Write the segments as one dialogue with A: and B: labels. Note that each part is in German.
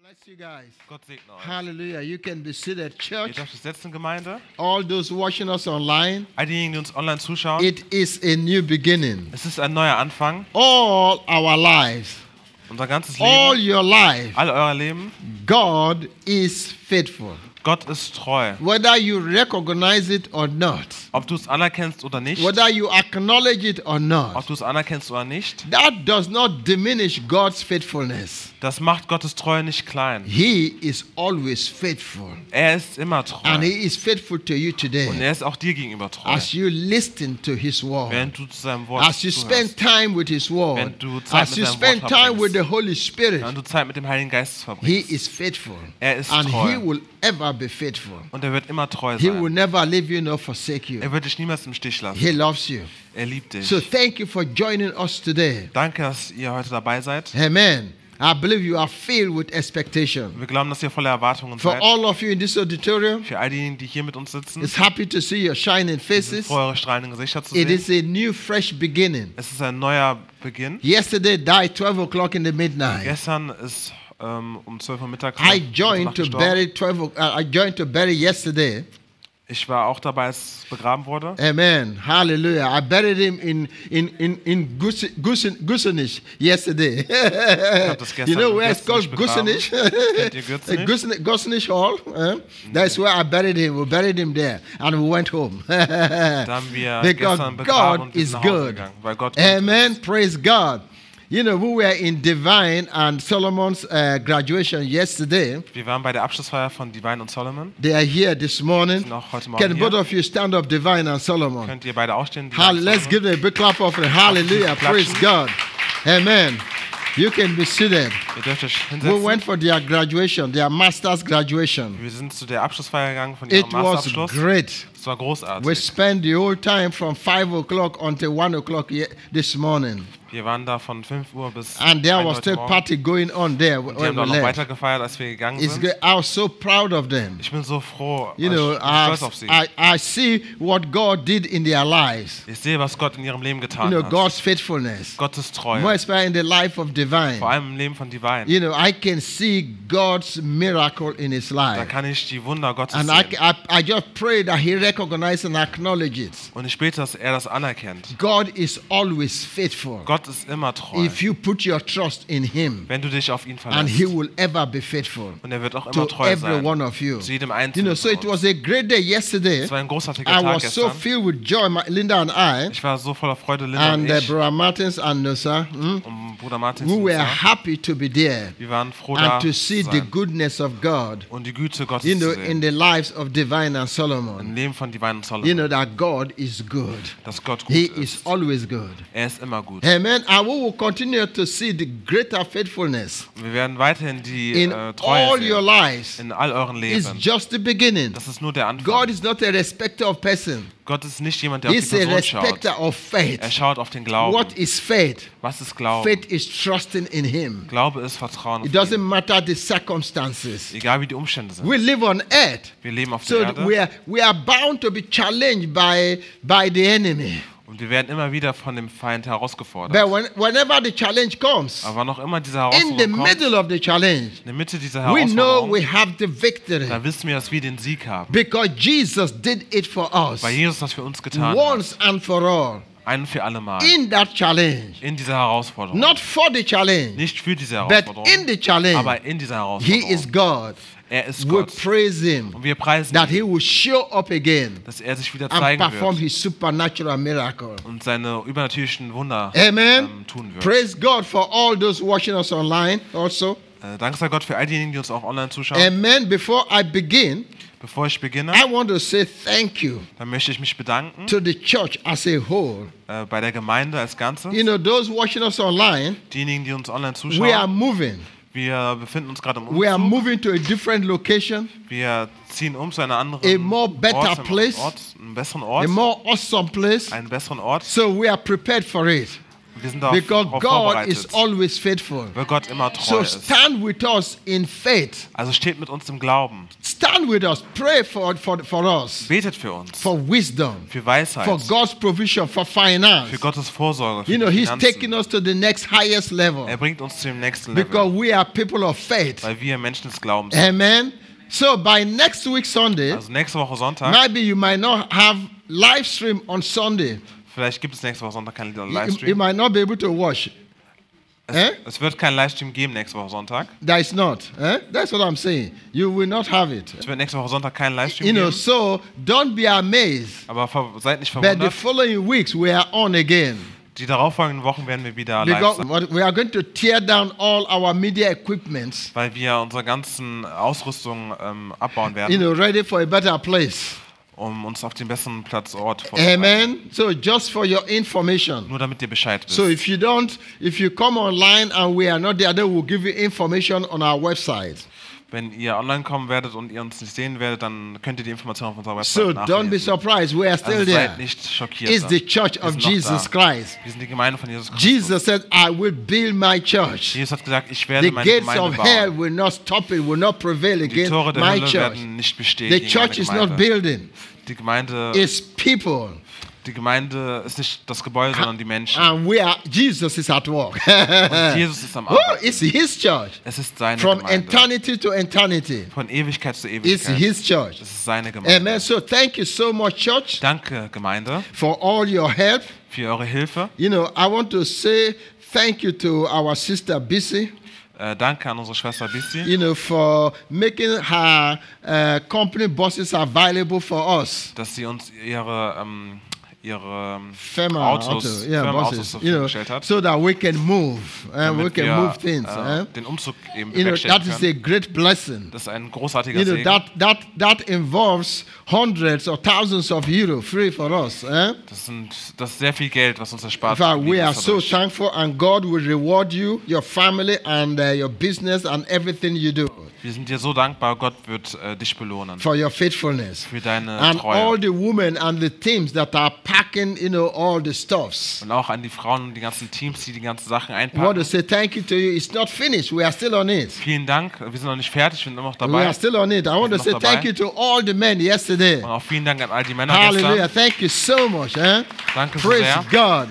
A: Bless you guys.
B: Gott segne euch.
A: Hallelujah. You can be seated,
B: Ihr
A: church.
B: dürft euch setzen, Gemeinde.
A: All those watching us online,
B: All diejenigen, die uns online zuschauen,
A: it is a new beginning.
B: es ist ein neuer Anfang.
A: All our lives,
B: Unser ganzes
A: all
B: Leben,
A: your life,
B: all euer Leben,
A: God is faithful.
B: Gott ist treu.
A: Whether you recognize it or not,
B: Ob du es anerkennst oder nicht,
A: whether you acknowledge it or
B: ob
A: not,
B: du es anerkennst oder nicht,
A: that does not diminish God's faithfulness.
B: das macht Gottes Treue nicht klein.
A: He is always faithful,
B: Er ist immer
A: and
B: treu.
A: He is faithful to you
B: Und
A: today
B: er ist auch dir gegenüber treu.
A: as you listen to His word.
B: Während du zu seinem Wort
A: As you spend
B: zuhörst.
A: time with His Word,
B: Wenn du Zeit
A: as
B: mit
A: you
B: seinem
A: spend
B: Wort
A: time
B: verbringst.
A: with the Holy Spirit,
B: Während du Zeit mit dem Heiligen Geist
A: He
B: verbringst.
A: is faithful.
B: Er ist
A: and
B: treu.
A: He will ever be faithful.
B: Und er wird immer treu
A: He will
B: sein.
A: never leave you nor forsake you.
B: Er wird dich niemals im Stich lassen.
A: He loves you.
B: Er liebt dich.
A: So thank you for joining us today.
B: Danke, dass ihr heute dabei seid.
A: Amen. I believe you are filled with expectation.
B: Wir glauben, dass ihr voller Erwartungen
A: For
B: seid.
A: all of you in this auditorium,
B: Für all diejenigen, die hier mit uns sitzen,
A: it's happy to see your shining
B: sind
A: faces.
B: froh, eure strahlenden Gesichter zu
A: It
B: sehen.
A: is a new, fresh beginning.
B: Es ist ein neuer Beginn.
A: Yesterday died 12 o'clock in the midnight.
B: Gestern ist ähm, um 12 Uhr Mittag
A: I
B: Mitternacht
A: joined to
B: gestorben.
A: bury 12. o- Uh, I joined to bury yesterday.
B: Ich war auch dabei, als es begraben wurde.
A: Amen. Hallelujah. I buried him in in in in Gusen- Gusen- Gusenish yesterday.
B: Ich habe das gestern
A: you know where
B: im
A: it's called
B: Götzenich begraben.
A: Gusenish?
B: Kennt ihr Götzenich?
A: Gusenish Gusenish Hall. eh? That's where I buried him. We buried him there, and we went home.
B: Da haben wir
A: Because
B: gestern begraben
A: God
B: und wir
A: is
B: sind nach Hause
A: good. Ähm,
B: gegangen, weil Gott gut
A: Amen.
B: ist.
A: Praise God. You know we were in Divine and Solomon's uh, graduation yesterday.
B: Wir waren bei der Abschlussfeier von Divine und Solomon.
A: They are here this morning.
B: Sind auch heute Morgen
A: Can
B: hier.
A: both of you stand up, Divine and Solomon?
B: Könnt ihr beide aufstehen? Divine
A: Hall-
B: und
A: let's
B: Solomon?
A: give them a big clap offering. Hallelujah.
B: Klatschen.
A: Praise God. Amen. You can be seated.
B: Ihr dürft euch
A: We
B: hinsetzen.
A: went for their graduation, their master's graduation.
B: wir sind zu der Abschlussfeier gegangen von ihrem
A: It was
B: Masterabschluss.
A: great.
B: Es war
A: We
B: großartig.
A: spent the whole time from 5 o'clock until 1 o'clock ye- this morning.
B: Wir waren da von 5 Uhr bis
A: And there
B: 1
A: was
B: heute
A: still
B: Morgen.
A: party going on there
B: Die
A: when
B: haben
A: we
B: auch noch
A: left.
B: weiter gefeiert, als wir gegangen
A: It's
B: sind.
A: good. I was so proud of them.
B: Ich bin so froh.
A: You
B: ich
A: know, ah,
B: bin
A: I,
B: stolz auf sie.
A: I, I see what God did in their lives.
B: ich sehe, was Gott in ihrem Leben
A: You
B: getan
A: know,
B: hat.
A: God's faithfulness.
B: Gottes Treue.
A: More especially in the life of divine.
B: Vor allem im Leben von Divine.
A: You know, I can see God's miracle in his
B: Da
A: life.
B: kann ich die Wunder Gottes
A: And I,
B: sehen.
A: I, I just pray that he recognizes and acknowledges it.
B: Und ich bete, dass er das anerkennt.
A: God is always faithful.
B: Gott ist immer treu.
A: If you put your trust in him,
B: wenn du dich auf ihn
A: and he
B: verlässt.
A: will ever be faithful
B: Und er wird auch immer
A: to
B: treu
A: every
B: sein.
A: one of you.
B: Zu jedem
A: You
B: Einzelnen.
A: know, so
B: von
A: it
B: uns.
A: was a great day yesterday.
B: es war ein großartiger
A: I
B: Tag
A: was so
B: gestern.
A: filled with joy, my, Linda and I,
B: ich war so voller Freude, Linda und
A: and uh,
B: ich
A: Brother Martins and Nosa. hmm,
B: und Bruder Martin.
A: We
B: sind
A: were
B: da.
A: happy to be there
B: Wir waren froh, da
A: and
B: zu
A: to see the
B: sein.
A: goodness of God.
B: Und die Güte Gottes
A: you know,
B: zu sehen.
A: in the lives of Divine and
B: Im
A: Solomon,
B: Leben von Divine und Solomon.
A: you know that God is good.
B: dass Gott gut
A: He
B: ist.
A: is always good.
B: Er ist immer gut.
A: Amen. And we will continue to see the greater faithfulness
B: Wir werden weiterhin die
A: in
B: äh, Treue
A: all your
B: sehen.
A: lives.
B: in all euren
A: It's
B: Leben.
A: just the beginning.
B: Das ist nur der Anfang.
A: God is not a respecter of person.
B: Gott ist nicht jemand, der auf die
A: He's a
B: Person
A: respecter
B: schaut.
A: of
B: Er
A: faith.
B: schaut auf den Glauben.
A: What is faith?
B: Was ist Glauben?
A: Faith is trusting in Him.
B: Glaube ist Vertrauen.
A: It
B: auf ihn.
A: doesn't matter the circumstances.
B: Egal wie die Umstände sind.
A: We live on earth.
B: Wir leben auf der
A: So
B: Erde
A: we are, we are bound to be challenged by, by the enemy.
B: und wir werden immer wieder von dem Feind herausgefordert.
A: But when, whenever the challenge comes,
B: Aber wann auch immer diese
A: in the
B: Herausforderung kommt, in
A: middle of the challenge,
B: der Mitte dieser
A: we know
B: Herausforderung,
A: we have the victory
B: da wissen wir, dass wir den Sieg haben.
A: because Jesus did it for us
B: Weil Jesus das für uns getan hat.
A: once and for all
B: Ein für alle Mal.
A: in that challenge.
B: In dieser Herausforderung.
A: Not for the challenge,
B: Nicht für diese
A: but
B: Herausforderung,
A: in the challenge.
B: aber in dieser
A: He is
B: Herausforderung.
A: God.
B: Er ist
A: We
B: Gott.
A: praise Him
B: Und wir preisen
A: that He
B: ihn,
A: will show up again
B: dass er sich wieder
A: and
B: zeigen
A: perform
B: wird
A: His supernatural miracle.
B: und seine übernatürlichen Wunder
A: Amen.
B: ähm, tun wird.
A: Praise God for all those watching us online also.
B: Äh, danke sei Gott für all diejenigen, die uns auch online zuschauen.
A: Amen. Before I begin,
B: Bevor ich beginne,
A: I want to say thank you
B: dann möchte ich mich bedanken
A: to the church as a whole.
B: äh, bei der Gemeinde als Ganze.
A: You know, those watching us online,
B: Diejenigen, die uns online
A: we are
B: zuschauen,
A: moving.
B: wir befinden uns gerade im
A: We are
B: Umzug.
A: moving to a different location,
B: Wir ziehen um zu einer anderen
A: A more better
B: Ort, einem
A: place.
B: Ort, einen besseren
A: a
B: Ort,
A: more awesome place.
B: einen besseren Ort.
A: So we are prepared for it.
B: Wir sind darauf
A: because
B: darauf
A: God is
B: vorbereitet,
A: always faithful.
B: weil Gott immer treu
A: So
B: ist.
A: stand with us in faith.
B: Also steht mit uns im Glauben.
A: Stand with us. Pray for, for, for us,
B: Betet für uns,
A: for wisdom,
B: für
A: for
B: Weisheit,
A: God's provision, for finance.
B: für Gottes Vorsorge, für
A: You know,
B: die
A: He's
B: Finanzen.
A: taking us to the next highest level
B: Er bringt uns zu dem nächsten Level,
A: because we are people of faith.
B: weil wir Menschen des Glaubens
A: Äh,
B: sind.
A: Amen. So by next week, Sunday,
B: Also nächste Woche Sonntag,
A: maybe you might not have live stream on Sunday.
B: vielleicht gibt es nächste Woche Sonntag keinen
A: You, you
B: Livestream.
A: might not be able to watch. Eh?
B: Es wird keinen Livestream geben nächste Woche Sonntag.
A: That is not. Eh? That's what I'm saying. You will not have it.
B: Es wird nächste Woche Sonntag keinen
A: You
B: Livestream
A: know,
B: geben.
A: so don't be amazed.
B: Aber ver- seid nicht
A: But the
B: verwundert.
A: following weeks we are on again.
B: Die darauffolgenden Wochen werden wir wieder live
A: Because
B: sein,
A: what- we are going to tear down all our media equipments,
B: weil wir unsere ganzen Ausrüstungen ähm, abbauen
A: you
B: werden,
A: know, ready for a better place.
B: um uns auf den besseren Platz Ort vorzubereiten.
A: Amen. So just for your information.
B: Nur damit ihr Bescheid wisst.
A: So if you don't, if you come online and we are not there, they will give you information on our website.
B: Wenn ihr online kommen werdet und ihr uns nicht sehen werdet, dann könnt ihr die Informationen auf unserer Website
A: So don't be
B: nachlesen.
A: surprised. We are still
B: also seid
A: there.
B: nicht schockiert.
A: It's the
B: Wir
A: church
B: sind
A: of
B: noch
A: Jesus
B: da.
A: Christ.
B: Wir sind die Gemeinde von Jesus Christus.
A: Jesus said, I will build my church.
B: Jesus hat gesagt, ich
A: The
B: werde meine
A: gates
B: Gemeinde
A: of hell
B: bauen.
A: will not stop it, will not prevail
B: Die
A: against
B: Tore der
A: my
B: Hölle
A: church.
B: werden nicht bestehen
A: The
B: gegen meine
A: church is not
B: Gemeinde.
A: building.
B: Die Gemeinde,
A: It's people.
B: die Gemeinde ist nicht das Gebäude, sondern die Menschen.
A: And we are, Jesus is at work.
B: Und Jesus ist am
A: oh,
B: Arbeiten.
A: it's his church.
B: Es ist seine
A: From
B: Gemeinde.
A: eternity to eternity.
B: Von Ewigkeit zu
A: It's
B: Ewigkeit.
A: his church.
B: Es ist seine Gemeinde.
A: Amen. So thank you so much, church,
B: Danke, Gemeinde,
A: for all your help.
B: für eure Hilfe.
A: You know, I want to say thank you to our sister Bisi,
B: Äh, danke an unsere Schwester Bissi,
A: you know, for making her uh, company buses available for us.
B: dass sie uns ihre, ähm, ihre ähm,
A: Firma
B: Autos,
A: auto, yeah,
B: Firma Autos
A: buses,
B: zur
A: you
B: Verfügung
A: know,
B: gestellt hat.
A: so that we can move and we
B: damit
A: can
B: wir,
A: move things.
B: äh,
A: eh?
B: den Umzug eben
A: You know,
B: bewerkstelligen
A: that is a
B: können.
A: great blessing.
B: Das ist ein großartiger
A: You know,
B: Segen.
A: that, that, that involves hundreds or thousands of euro free for us. Eh?
B: das, sind, das ist sehr viel Geld, was uns
A: In
B: erspart.
A: fact, we
B: wird
A: are so
B: dadurch.
A: thankful, and God will reward you, your family, and uh, your business, and everything you do
B: wir sind dir so dankbar, Gott wird äh, dich belohnen
A: for your faithfulness.
B: für deine
A: And
B: Treue.
A: all the women and the teams that are packing, you know, all the stuffs.
B: und auch an die Frauen und die ganzen Teams, die die ganzen Sachen
A: I want
B: einpacken.
A: to say thank you to you. It's not finished. We are still on it.
B: Vielen Dank. Wir sind noch nicht fertig, wir sind immer noch
A: We
B: dabei.
A: are still on it. I want to
B: Noch
A: say thank
B: dabei.
A: you to all the men yesterday.
B: Und auch vielen Dank an all die Männer
A: Hallelujah.
B: gestern.
A: Thank you so much. Eh?
B: Danke so
A: Praise
B: sehr.
A: God.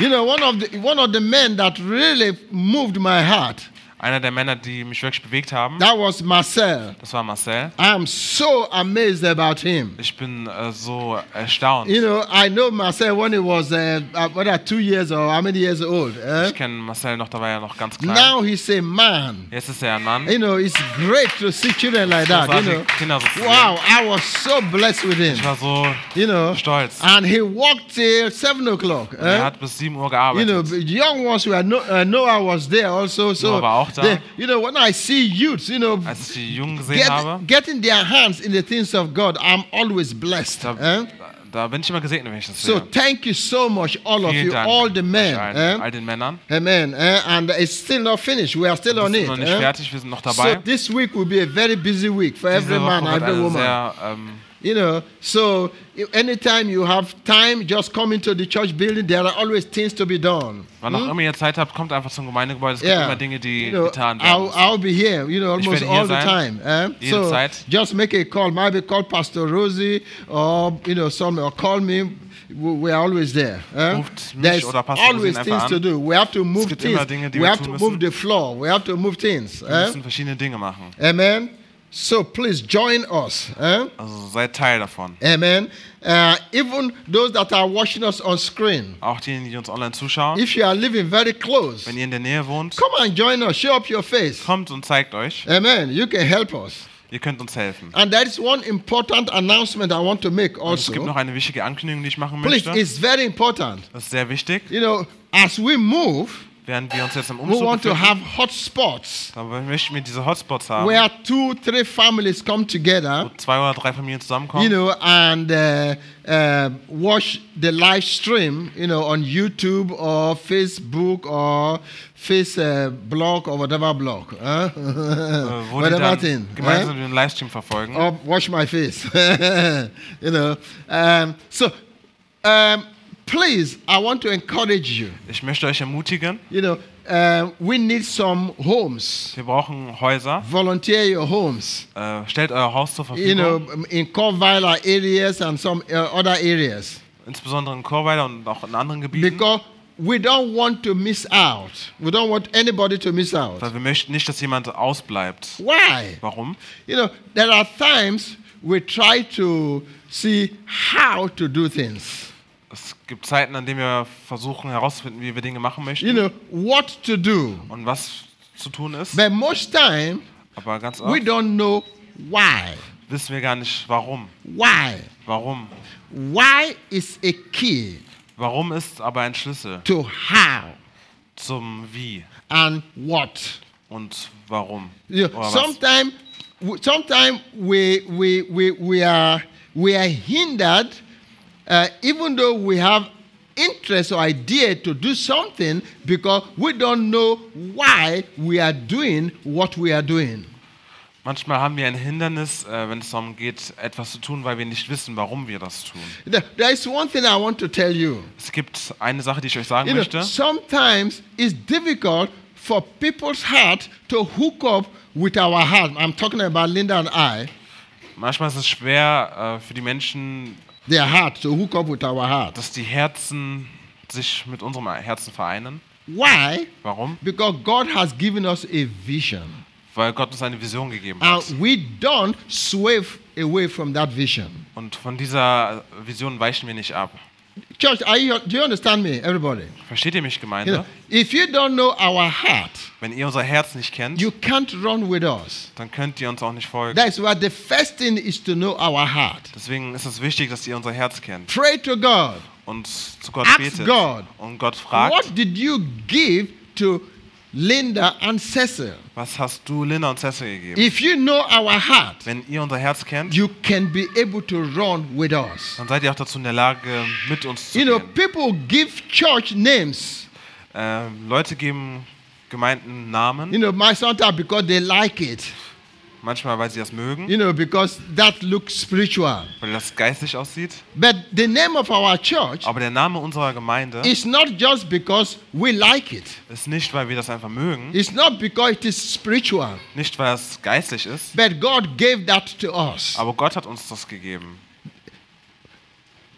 A: You know, one of the one of the men that really moved my heart,
B: Einer der Männer, die mich wirklich bewegt haben,
A: that was Marcel.
B: das war Marcel.
A: I'm so amazed about him.
B: Ich bin äh, so erstaunt.
A: You know, I know Marcel when he was uh, uh, whether two years or how many years old. eh?
B: Ich kenne Marcel noch, da war er noch ganz klein.
A: Now he's a man.
B: Jetzt ist er ein Mann.
A: You know, it's great to see children like that. You
B: Großartige
A: know,
B: Kinder so zu sehen.
A: wow, I was so blessed with
B: Ich
A: him.
B: war so
A: You know,
B: stolz.
A: and he walked till seven o'clock. eh?
B: Er hat bis 7 Uhr
A: You know,
B: gearbeitet.
A: the young ones were no, uh, Noah was there also. So,
B: Noah war auch da.
A: they- you know, when I see youths, you know,
B: Als ich die Jungen gesehen habe,
A: get, getting their hands in the things of God, I'm always blessed.
B: da,
A: eh?
B: da bin ich immer gesegnet, wenn ich das
A: So
B: sehe.
A: thank you so much, all of
B: Vielen
A: you,
B: Dank
A: all the men.
B: allen,
A: eh?
B: all den Männern.
A: Amen. eh? And it's still not finished. We are still
B: Wir
A: on
B: sind
A: it.
B: noch nicht
A: eh?
B: fertig, wir sind noch
A: So
B: dabei.
A: this week will be a very busy week for every
B: Diese Woche
A: man,
B: wird
A: every
B: eine
A: woman.
B: sehr ähm,
A: You know, so i- anytime you have time, just come into the church building. There are always things to be done.
B: Wann auch immer ihr Zeit habt, kommt einfach zum Gemeindegebäude. Es gibt
A: Yeah.
B: immer Dinge, die
A: Hm? you know,
B: getan werden.
A: I'll,
B: müssen.
A: I'll be here, you know,
B: Ich
A: almost
B: werde hier
A: all the time.
B: sein,
A: eh?
B: jede
A: So
B: Zeit.
A: just make a call. Maybe call Pastor Rosie or, you know, some, or call me. We we are always there. eh?
B: Ruft mich
A: There's
B: oder Pastor Rosie
A: always
B: einfach
A: things
B: an.
A: to do. We have to move
B: gibt
A: things.
B: immer Dinge, die
A: we
B: wir
A: have
B: tun
A: to
B: müssen.
A: move the floor. We have to move things.
B: wir
A: eh?
B: müssen verschiedene Dinge machen.
A: Amen. So please join us. eh?
B: Also seid Teil davon.
A: Amen. Uh, even those that are watching us on screen,
B: Auch diejenigen, die uns online zuschauen.
A: if you are living very close,
B: Wenn ihr in der Nähe wohnt,
A: come and join us. Show up your face.
B: kommt und zeigt euch.
A: Amen. You can help us.
B: Ihr könnt uns helfen.
A: And there is one important announcement I want to make
B: Und es gibt
A: also.
B: noch eine wichtige Ankündigung, die ich machen
A: Please,
B: möchte.
A: it's very important.
B: Das ist sehr wichtig.
A: You know, as we move,
B: Während wir uns jetzt im
A: we
B: Umzug
A: want to
B: befinden,
A: have hot spots
B: da möchten wir diese Hotspots haben,
A: where two, three families come together,
B: wo zwei oder drei
A: you
B: Familien zusammenkommen
A: know, and uh, uh, watch the live stream, you know, on YouTube or Facebook or Face uh, blog or whatever blog. huh?
B: äh, wo die
A: whatever
B: dann
A: thing. huh?
B: gemeinsam den Livestream verfolgen.
A: or wash my face. you know. Um, so um, please, I want to encourage you.
B: Ich möchte euch ermutigen,
A: You know, uh, we need some homes.
B: wir brauchen Häuser.
A: Volunteer your homes.
B: Äh, stellt euer Haus zur
A: You know,
B: Verfügung,
A: um, in Corvila areas and some uh, other areas.
B: insbesondere in Chorweiler und auch in anderen Gebieten.
A: Mm-hmm. Because we don't want to miss out. We don't want anybody to miss out.
B: Weil wir möchten nicht, dass jemand ausbleibt.
A: Why?
B: Warum?
A: You know, there are times we try to see how to do things.
B: Es gibt Zeiten, an denen wir versuchen herauszufinden, wie wir Dinge machen
A: You
B: möchten
A: know, what to do.
B: und was zu tun ist.
A: But most time
B: Aber ganz
A: we
B: oft
A: don't know why.
B: wissen wir gar nicht, warum.
A: Why?
B: Warum?
A: Why is a key
B: Warum ist aber ein Schlüssel
A: to how
B: zum Wie
A: and what.
B: und warum?
A: You
B: Oder was?
A: sometimes sometimes we, we, we, we, are, we are hindered, uh, even though we have interest or idea to do something, because we don't know why we are doing what we are doing.
B: Manchmal haben wir ein Hindernis, äh, wenn es darum geht, etwas zu tun, weil wir nicht wissen, warum wir das tun.
A: There there is one thing I want to tell you.
B: Es gibt eine Sache, die ich euch sagen
A: You know,
B: möchte.
A: sometimes it's difficult for people's heart to hook up with our heart. I'm talking about Linda and I.
B: Manchmal ist es schwer äh, für die Menschen,
A: Their heart to hook up with our heart.
B: dass die Herzen sich mit unserem Herzen vereinen.
A: Why?
B: Warum?
A: Because God has given us a vision.
B: Weil Gott uns eine Vision gegeben hat.
A: And we don't sway away from that vision.
B: Und von dieser Vision weichen wir nicht ab.
A: Church, are you, do you understand me, everybody?
B: Versteht ihr mich,
A: You know,
B: Gemeinde?
A: if you don't know our heart,
B: Wenn ihr unser Herz nicht kennt,
A: you can't run with us.
B: dann könnt ihr uns auch nicht folgen.
A: That's why the first thing is to know our heart.
B: Deswegen ist es wichtig, dass ihr unser Herz kennt
A: Pray to God.
B: und zu Gott
A: Ask
B: betet
A: God.
B: und Gott fragt,
A: What did you give to Linda and Cecil?
B: was hast du Linda und Cecil gegeben?
A: If you know our heart,
B: Wenn ihr unser Herz kennt,
A: you can be able to run with us.
B: dann seid ihr auch dazu in der Lage, mit uns zu
A: You know,
B: gehen.
A: people give church names.
B: Ähm, Leute geben Gemeinden Namen,
A: You know, my sometimes because they like it.
B: manchmal weil sie das mögen,
A: You know, because that looks spiritual.
B: weil das geistig aussieht.
A: But the name of our church
B: Aber der Name unserer Gemeinde
A: is not just because we like it.
B: ist nicht, weil wir das einfach mögen,
A: It's not because it is spiritual.
B: nicht, weil es geistig ist,
A: But God gave that to us.
B: aber Gott hat uns das gegeben.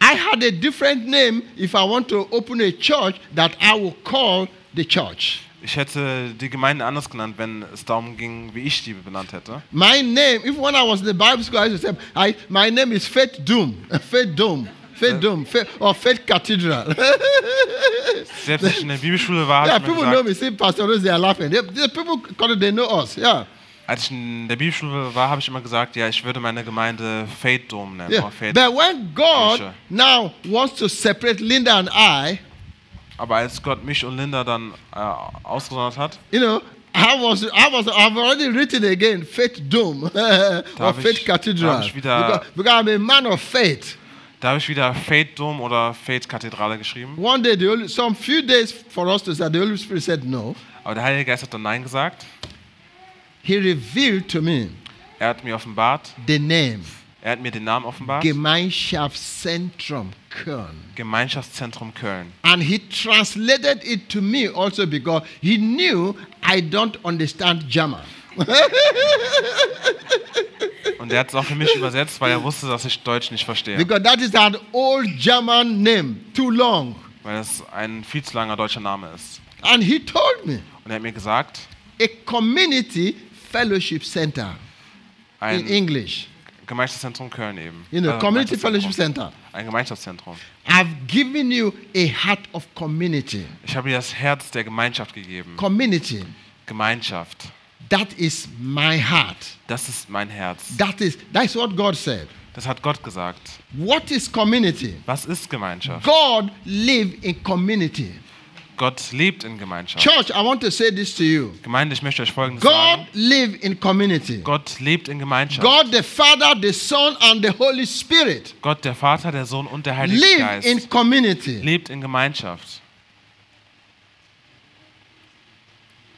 A: I had a different name if I want to open a church that I will call the church.
B: Ich hätte die Gemeinde anders genannt, wenn es darum ging, wie ich die benannt hätte.
A: My name, even when I was in the Bible school, I used to say, I, my name is Faith Doom, Faith Dome, Faith Dome, Faith, or Faith Cathedral.
B: Selbst wenn ich in der Bibelschule war,
A: Yeah,
B: hat man
A: people know
B: gesagt,
A: me. See, Pastor Rose, they are laughing. They, the people, because they know us. Yeah.
B: als ich in der Bibelschule war, habe ich immer gesagt, ja, ich würde meine Gemeinde Faith Dome nennen.
A: yeah.
B: Oder Faith.
A: But when God
B: Sure.
A: now wants to separate Linda and I,
B: Aber als Gott mich und Linda dann äh, ausgesondert hat,
A: you know, I was, I was, I've already written again, Faith Dome or
B: Darf ich-
A: Faith Cathedral.
B: darf ich wieder-
A: because, because I'm a man of faith.
B: da habe ich wieder Faith Dome oder Faith Kathedrale geschrieben.
A: One day, the Holy, some few days for us to say, the Holy Spirit said no.
B: Aber der Heilige Geist hat dann Nein gesagt.
A: He revealed to me
B: Er hat mir offenbart,
A: the name
B: er hat mir den Namen offenbart.
A: Gemeinschaftszentrum Kern.
B: Gemeinschaftszentrum Köln.
A: And he translated it to me also because he knew I don't understand German.
B: Und er hat es auch für mich übersetzt, weil er wusste, dass ich Deutsch nicht verstehe.
A: Because that is an old German name, too long.
B: Weil es ein viel zu langer deutscher Name ist.
A: And he told me
B: Und er hat mir gesagt,
A: a community fellowship center in
B: ein
A: English.
B: Gemeinschaftszentrum Köln eben.
A: You know,
B: Äh,
A: community fellowship
B: Gemeinschaftszentrum.
A: center.
B: Ein Gemeinschaftszentrum.
A: I've given you a heart of community.
B: Ich habe dir das Herz der Gemeinschaft gegeben.
A: Community.
B: Gemeinschaft.
A: That is my heart.
B: Das ist mein Herz.
A: That is that's what God said.
B: Das hat Gott gesagt.
A: What is community?
B: Was ist Gemeinschaft?
A: God live in community.
B: Gott lebt in Gemeinschaft.
A: Church, I want to say this to you.
B: Gemeinde, ich möchte euch Folgendes
A: God
B: sagen.
A: live in community.
B: Gott lebt in Gemeinschaft.
A: God the Father, the Son, and the Holy Spirit
B: Gott, der Vater, der Sohn und der Heilige
A: live
B: Geist
A: in community.
B: lebt in Gemeinschaft.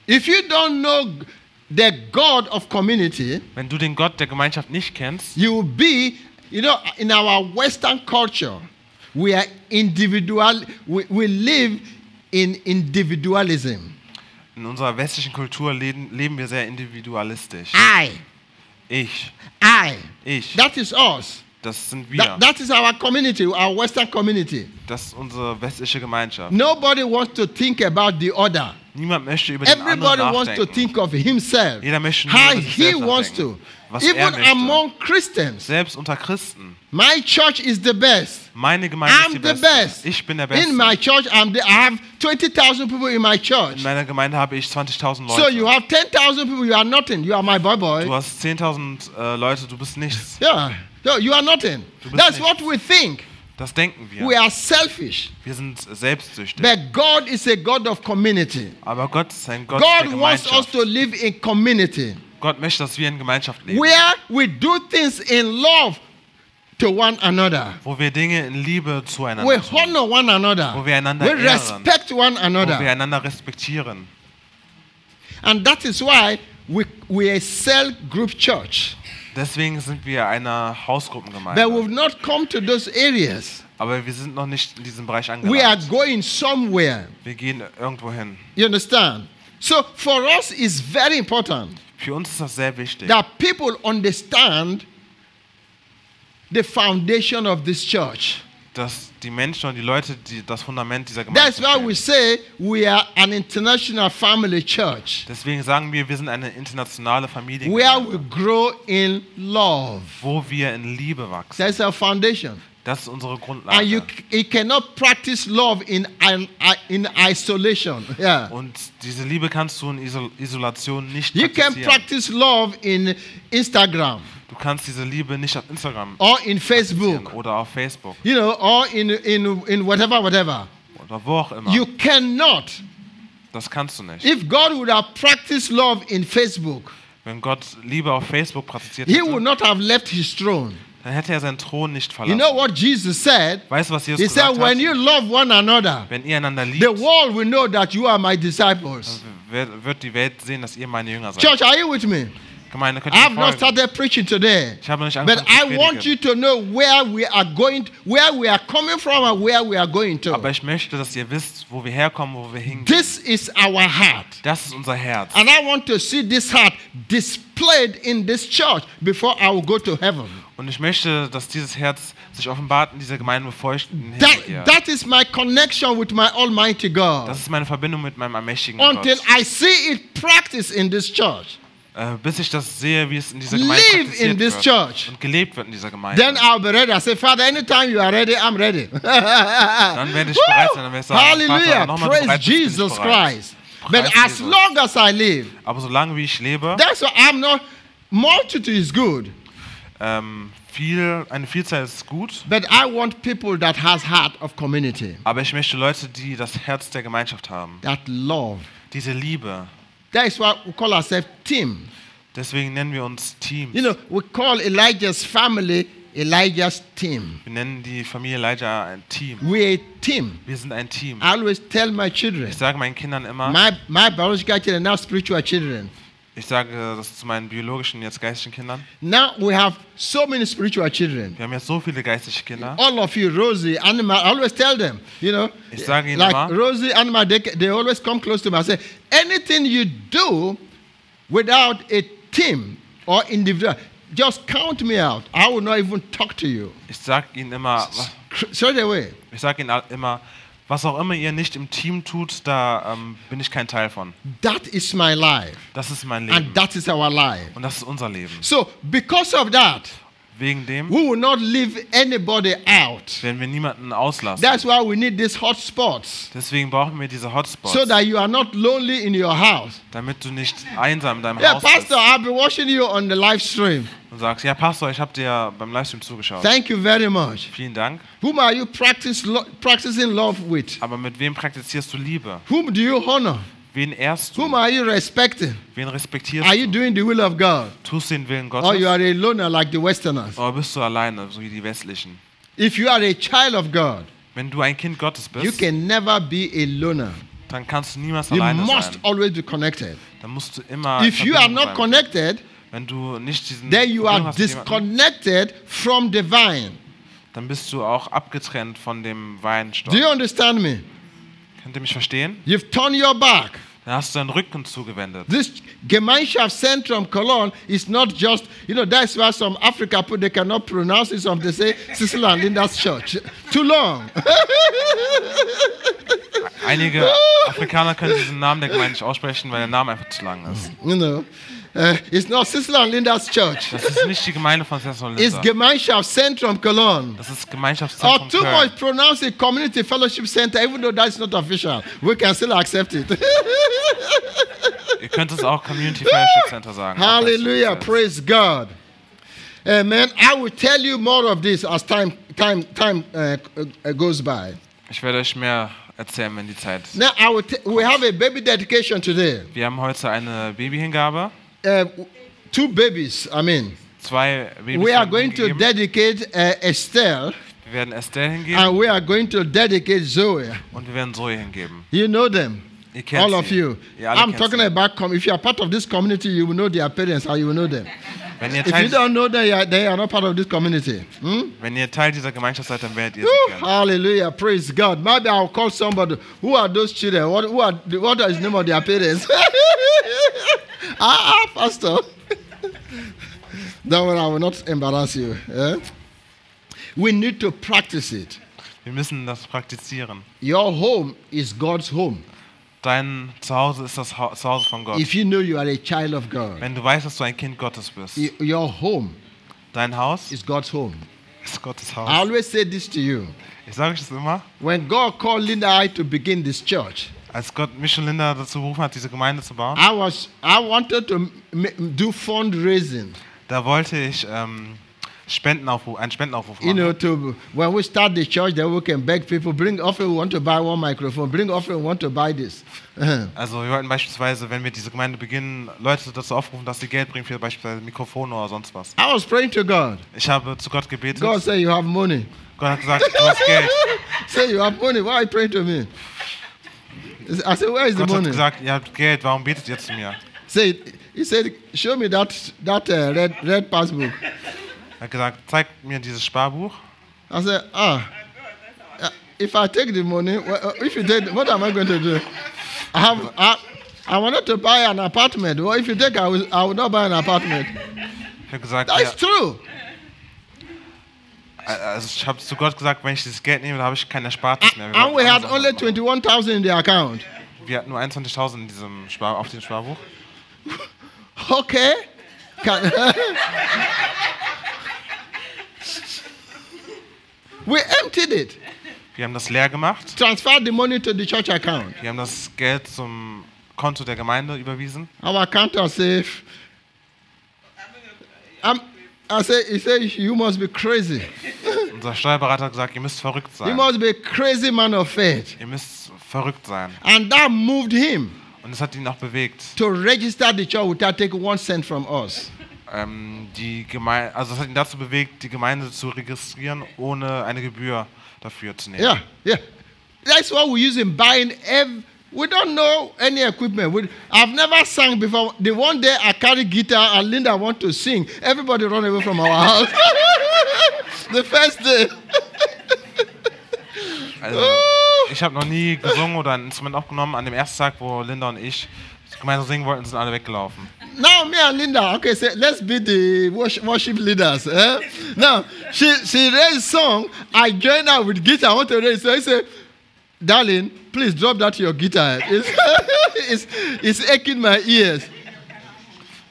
A: If you don't know the God of community,
B: Wenn du den Gott der Gemeinschaft nicht kennst,
A: you will be, you know, in our Western culture, We are individual, we, we live in individualism.
B: In unserer westlichen Kultur leben, leben wir sehr individualistisch.
A: I,
B: Ich,
A: I.
B: ich,
A: That is us.
B: das sind
A: That,
B: wir.
A: that is our community, our Western community.
B: Das ist unsere westliche Gemeinschaft.
A: Nobody wants to think about the other.
B: Niemand möchte über den anderen
A: Everybody wants to
B: nachdenken.
A: think of himself,
B: Jeder möchte nur
A: how
B: über sich
A: he
B: selbst
A: wants to.
B: nachdenken, was er
A: Even
B: möchte.
A: among Christians,
B: Selbst unter Christen.
A: my church is the best.
B: Meine Gemeinde
A: I'm
B: ist die
A: the
B: beste.
A: best.
B: Ich bin der Beste.
A: In my church, I'm the, I have 20,000 people in my
B: In
A: church.
B: meiner Gemeinde habe ich 20.000 Leute.
A: So you have 10,000 people, you are nothing. You are my boy boy.
B: du hast 10.000 äh, Leute, du bist nichts.
A: Yeah. No, you are nothing.
B: bist
A: That's
B: nichts.
A: what we think.
B: Das denken wir.
A: We are selfish.
B: wir sind selbstsüchtig.
A: But God is a God of community.
B: Aber Gott ist ein Gott der
A: God wants us
B: Gemeinschaft.
A: to live in community
B: Gott möchte, dass wir in Gemeinschaft leben.
A: where we do things in love to one another.
B: wo wir Dinge in Liebe zueinander
A: We
B: tun.
A: honor one another.
B: Wo wir einander
A: we
B: ehren.
A: respect one
B: Wo wir
A: another.
B: einander respektieren.
A: And that is why we, we are a cell group church.
B: Deswegen sind wir einer Hausgruppengemeinde.
A: But we've not come to those areas.
B: Aber wir sind noch nicht in diesem Bereich
A: We are
B: angelangt.
A: going somewhere.
B: Wir gehen irgendwo hin.
A: You understand? So for us, it's very important
B: Für uns ist das sehr wichtig,
A: that people understand the foundation of this church.
B: dass die Menschen und die Leute die, das Fundament dieser Gemeinde
A: That's why we say
B: stellen.
A: we are an international family church
B: Deswegen sagen wir, wir sind eine internationale Familie,
A: where we grow in love.
B: wo wir in Liebe wachsen.
A: That's our foundation.
B: Das ist unsere Grundlage.
A: And you, c- you cannot practice love in, in, in isolation. Yeah.
B: und diese Liebe kannst du in Isol Isolation nicht
A: You can
B: praktizieren.
A: practice love in Instagram
B: Du kannst diese Liebe nicht auf Instagram
A: or in
B: sehen
A: Facebook,
B: oder auf Facebook
A: you know, or in, in, in whatever, whatever.
B: oder wo auch immer.
A: You cannot.
B: das kannst du nicht.
A: If God would have practiced love in Facebook,
B: Wenn Gott Liebe auf Facebook praktiziert
A: he would
B: hätte,
A: not have left his throne.
B: dann hätte er seinen Thron nicht
A: You
B: verlassen.
A: know what Jesus said?
B: weißt du, was Jesus
A: He said,
B: gesagt hat?
A: When you love one another,
B: Wenn ihr einander liebt,
A: the world will know that you are my disciples.
B: wird wird die Welt sehen, dass ihr meine Jünger seid.
A: Church, are you with me?
B: Gemeinde, könnt
A: I
B: ihr
A: have
B: mir
A: not
B: folgen?
A: started preaching today.
B: Ich habe noch nicht
A: But
B: angefangen zu
A: I want
B: predigen.
A: you to know where we are going, where we are coming from, and where we are going
B: Aber
A: to.
B: ich möchte, dass ihr wisst, wo wir herkommen, wo wir hingehen.
A: This is our heart.
B: Das ist unser Herz.
A: And I want to see this heart displayed in this church before I will go to heaven.
B: Und ich möchte, dass dieses Herz sich offenbart in dieser Gemeinde, bevor ich in den Himmel gehe.
A: That, that is my connection with my Almighty God.
B: Das ist meine Verbindung mit meinem allmächtigen
A: Until
B: Gott.
A: I see it practiced in this church,
B: Äh, bis ich das sehe, wie es in dieser Gemeinde
A: Live
B: praktiziert
A: in this
B: wird
A: church.
B: und gelebt wird in dieser Gemeinde.
A: then I'll be ready. I say, Father, anytime you are ready, I'm ready.
B: dann werde ich bereit sein, dann werde ich sagen, Vater,
A: Hallelujah.
B: nochmal du
A: Praise
B: bereit bist, bin ich
A: Jesus
B: bereit.
A: Christ. But
B: Preis
A: as
B: Jesus.
A: long as I live,
B: Aber solange wie ich lebe,
A: That's why I'm not. Multitude is good,
B: ähm, viel, eine Vielzahl ist gut,
A: but I want people that has heart of community,
B: aber ich möchte Leute, die das Herz der Gemeinschaft haben,
A: that love.
B: diese Liebe.
A: That is why we call ourselves team.
B: Deswegen nennen wir uns Team.
A: You know, we call Elijah's family Elijah's team.
B: Wir nennen die Familie Elijah ein Team.
A: We're a team.
B: Wir sind ein Team.
A: I always tell my children,
B: Ich sage meinen Kindern immer,
A: my my biological children now spiritual children.
B: ich sage das zu meinen biologischen, jetzt geistigen Kindern.
A: Now we have so many spiritual children.
B: Wir haben jetzt so viele geistige Kinder.
A: All of you, Rosie, Anima, I always tell them, you know,
B: Ich sage ihnen
A: like
B: immer-
A: Rosie, Anima, they, they always come close to me. I say, anything you do without a team or individual, just count me out. I will not even talk to you.
B: Ich sage ihnen immer,
A: Straight away.
B: ich sage ihnen all- immer, was auch immer ihr nicht im Team tut, da ähm, bin ich kein Teil von.
A: That is my life,
B: Das ist mein
A: and
B: Leben.
A: that is our life.
B: Und das ist unser Leben.
A: So, because of that,
B: Wegen dem
A: we will not leave anybody out.
B: werden wir niemanden auslassen.
A: That's why we need these hot spots,
B: Deswegen brauchen wir diese Hotspots,
A: so that you are not lonely in your house.
B: damit du nicht einsam in deinem
A: Yeah,
B: Haus
A: Pastor,
B: bist
A: I'll be watching you on the live stream.
B: und sagst, ja Pastor, ich habe dir beim Livestream zugeschaut.
A: Thank you very much.
B: Vielen Dank.
A: Whom are you practice lo- practicing love with?
B: Aber mit wem praktizierst du Liebe?
A: Whom do you honor?
B: Wen ehrst
A: Whom
B: du?
A: are you respecting?
B: Wen respektierst
A: Are you
B: du?
A: doing the will of God?
B: Tust du den Willen
A: Or Oh, you
B: Gottes?
A: are a loner like the Westerners?
B: Oder bist du alleine, so wie die Westlichen?
A: If you are a child of God,
B: Wenn du ein Kind Gottes
A: you
B: bist,
A: can never be a loner.
B: dann kannst du niemals
A: You
B: alleine
A: must
B: sein.
A: always be connected.
B: Dann musst du immer
A: If you are
B: verbunden
A: not
B: sein.
A: connected,
B: Wenn du nicht diesen
A: then you
B: Verbindung
A: are
B: hast mit jemandem,
A: disconnected from the vine.
B: dann bist du auch abgetrennt von dem Weinstock.
A: Do you understand me?
B: Könnt ihr mich verstehen?
A: You've turned your back.
B: Dann hast du deinen Rücken zugewendet.
A: This Gemeinschaftszentrum Cologne is not just, you know, that's why some Africa put they cannot pronounce it, some they say Switzerland in that church. Too long.
B: Einige Afrikaner können diesen Namen der Gemeinde nicht aussprechen, weil der Name einfach zu lang ist.
A: you know, uh, it's not Switzerland in that church.
B: Das ist nicht die Gemeinde von
A: It's
B: Thessaloniki.
A: Gemeinschaftszentrum Cologne.
B: Das ist
A: Or
B: Gemeinschaftszentrum
A: too
B: Köln.
A: much pronounce it community fellowship center, even though that's not official. We can still accept it.
B: Ihr könnt es auch Community Fellowship Center sagen.
A: Hallelujah.
B: Auch das-
A: Praise God. Amen. I will tell you more of this as time time time uh, uh, goes by.
B: Ich werde euch mehr erzählen, wenn die Zeit.
A: Now I will t- we have a baby dedication today.
B: Wir haben heute eine Babyhingabe.
A: Uh, two babies. I mean,
B: Zwei Babys.
A: we are
B: werden
A: going to
B: hingegeben.
A: dedicate uh, Estelle
B: wir werden Estelle hingeben
A: and we are going to dedicate Zoe.
B: und wir werden Zoe hingeben.
A: You know them.
B: Ihr kennt
A: All
B: sie.
A: of you.
B: Ihr alle
A: I'm
B: kennt
A: talking
B: sie.
A: about com- if you are part of this community, you will know their parents and you will know them.
B: Wenn ihr,
A: If you
B: Teil,
A: don't know them, you are- they are not part of this community. Hmm?
B: wenn ihr Teil dieser Gemeinschaft seid, dann werdet ihr
A: Whew,
B: sie kennen.
A: hallelujah. Praise God. Maybe I'll call somebody. Who are those children? What, who are, what is the name of their parents? ah, ah, Pastor. Don't worry, I will not embarrass you. eh? We need to practice it.
B: Wir müssen das praktizieren.
A: Your home is God's home.
B: Dein Zuhause ist das Hau- Zuhause von Gott.
A: If you know you are a child of God,
B: Wenn du weißt, dass du ein Kind Gottes bist,
A: y- your home
B: dein Haus
A: is God's home.
B: ist Gottes
A: I
B: Haus.
A: always say this to you.
B: Ich sage euch das immer.
A: When God called Linda and I to begin this church,
B: Als Gott mich und Linda dazu berufen hat, diese Gemeinde zu bauen,
A: I was I wanted to m- m- do fundraising.
B: da wollte ich ähm, Spendenaufruf, einen Spendenaufruf
A: You
B: machen.
A: know, to when we start the church, then we can beg people, bring offering, we want to buy one microphone, bring offering, we want to buy this. Uh-huh.
B: Also wir wollten beispielsweise, wenn wir diese Gemeinde beginnen, Leute dazu aufrufen, dass sie Geld bringen für beispielsweise Mikrofone oder sonst was.
A: I was praying to God.
B: Ich habe zu Gott gebetet.
A: God said, You have money.
B: Gott hat gesagt, du hast Geld.
A: Say you have money. Why are you praying to me? I said, Where is the
B: Gott hat
A: money?
B: gesagt, ihr habt Geld, warum betet ihr zu mir?
A: Say he said, Show me that that uh, red red passbook.
B: Er hat gesagt, zeig mir dieses Sparbuch.
A: I said, ah, uh, if I take the money, wha- uh, if you take, what am I going to do? I have, I, I wanted to buy an apartment. Well, if you take, I will, I will not buy an apartment.
B: Ich habe gesagt,
A: That is
B: ja,
A: true.
B: also ich habe zu Gott gesagt, wenn ich dieses Geld nehme, dann habe ich kein Erspartes mehr. Wir
A: And we
B: wollten
A: had
B: andere
A: only
B: Sachen machen.
A: 21,000 in the account.
B: Wir hatten nur 21.000 in diesem Spar auf dem Sparbuch.
A: Okay. Can- we emptied it,
B: Wir haben das leer gemacht.
A: transferred the money to the church account.
B: Wir haben das Geld zum Konto der Gemeinde überwiesen.
A: Our accountant said, I'm, I said, he said, you must be crazy.
B: Unser Steuerberater hat gesagt, ihr müsst verrückt
A: He
B: sein.
A: must be a crazy man of faith.
B: Ihr müsst verrückt sein.
A: And that moved him
B: Und das hat ihn auch bewegt.
A: to register the church without taking one cent from us.
B: ähm, die Gemeinde, also das hat ihn dazu bewegt, die Gemeinde zu registrieren, ohne eine Gebühr dafür zu nehmen.
A: Yeah, yeah. That's what we use in buying ev- we don't know any equipment. We, I've never sang before. The one day I carry guitar and Linda want to sing. Everybody run away from our house. the first day.
B: Also,
A: Ah!
B: ich habe noch nie gesungen oder ein Instrument aufgenommen. An dem ersten Tag, wo Linda und ich gemeinsam singen wollten, sind alle weggelaufen.
A: Now me and Linda, okay, say, let's be the wors- worship leaders. Eh? Now she she raised song. I joined her with guitar. I want to raise. So I say, darling, please drop that your guitar. It's it's, it's aching my ears.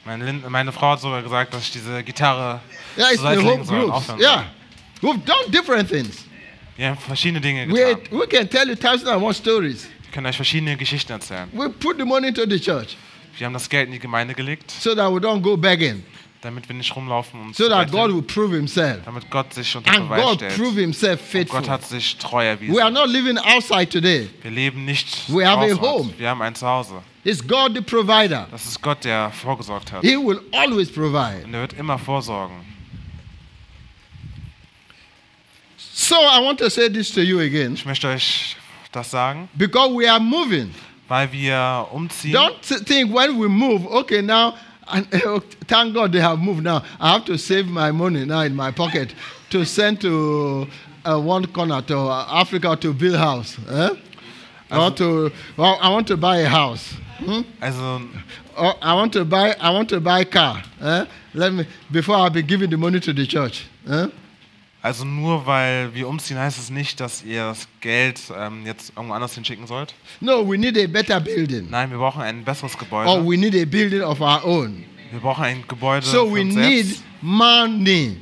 B: Meine, Lin meine Frau hat sogar gesagt, dass ich diese Gitarre
A: Yeah, it's
B: zur Seite
A: the whole
B: legen soll und
A: group.
B: aufhören
A: Yeah,
B: soll.
A: we've done different things.
B: Wir haben verschiedene Dinge
A: We
B: getan.
A: we can tell you thousand and one stories.
B: Wir können euch verschiedene Geschichten erzählen.
A: We put the money into the church
B: Wir haben das Geld in die Gemeinde gelegt,
A: so that we don't go begging.
B: damit wir nicht rumlaufen und
A: So
B: zu
A: that
B: weit
A: God
B: hin,
A: will prove Himself
B: damit Gott sich unter
A: and
B: Beweis
A: God
B: stellt.
A: prove Himself
B: Und Gott
A: faithful.
B: hat sich treu erwiesen.
A: We are not living outside today.
B: Wir leben nicht
A: We have a
B: draußen.
A: home.
B: Wir haben ein Zuhause.
A: It's God the provider.
B: Das ist Gott, der vorgesorgt hat.
A: He will always provide.
B: Und er wird immer vorsorgen.
A: So I want to say this to you again
B: Ich möchte euch das sagen,
A: because we are moving.
B: weil wir umziehen.
A: Don't th- think when we move, okay, now I- And uh, thank God they have moved now. I have to save my money now in my pocket to send to uh, one corner to uh, Africa to build house. Eh? Or to well, I want to buy a house. Hmm?
B: Also,
A: Or I want to buy I want to buy a car. Eh? Let me before I'll be giving the money to the church. Eh?
B: also nur weil wir umziehen, heißt es nicht, dass ihr das Geld ähm, jetzt irgendwo anders hinschicken sollt.
A: No, we need a better building.
B: Nein, wir brauchen ein besseres
A: Or
B: Gebäude.
A: we need a building of our own.
B: Wir brauchen ein Gebäude
A: So
B: für
A: we
B: uns
A: need
B: selbst.
A: money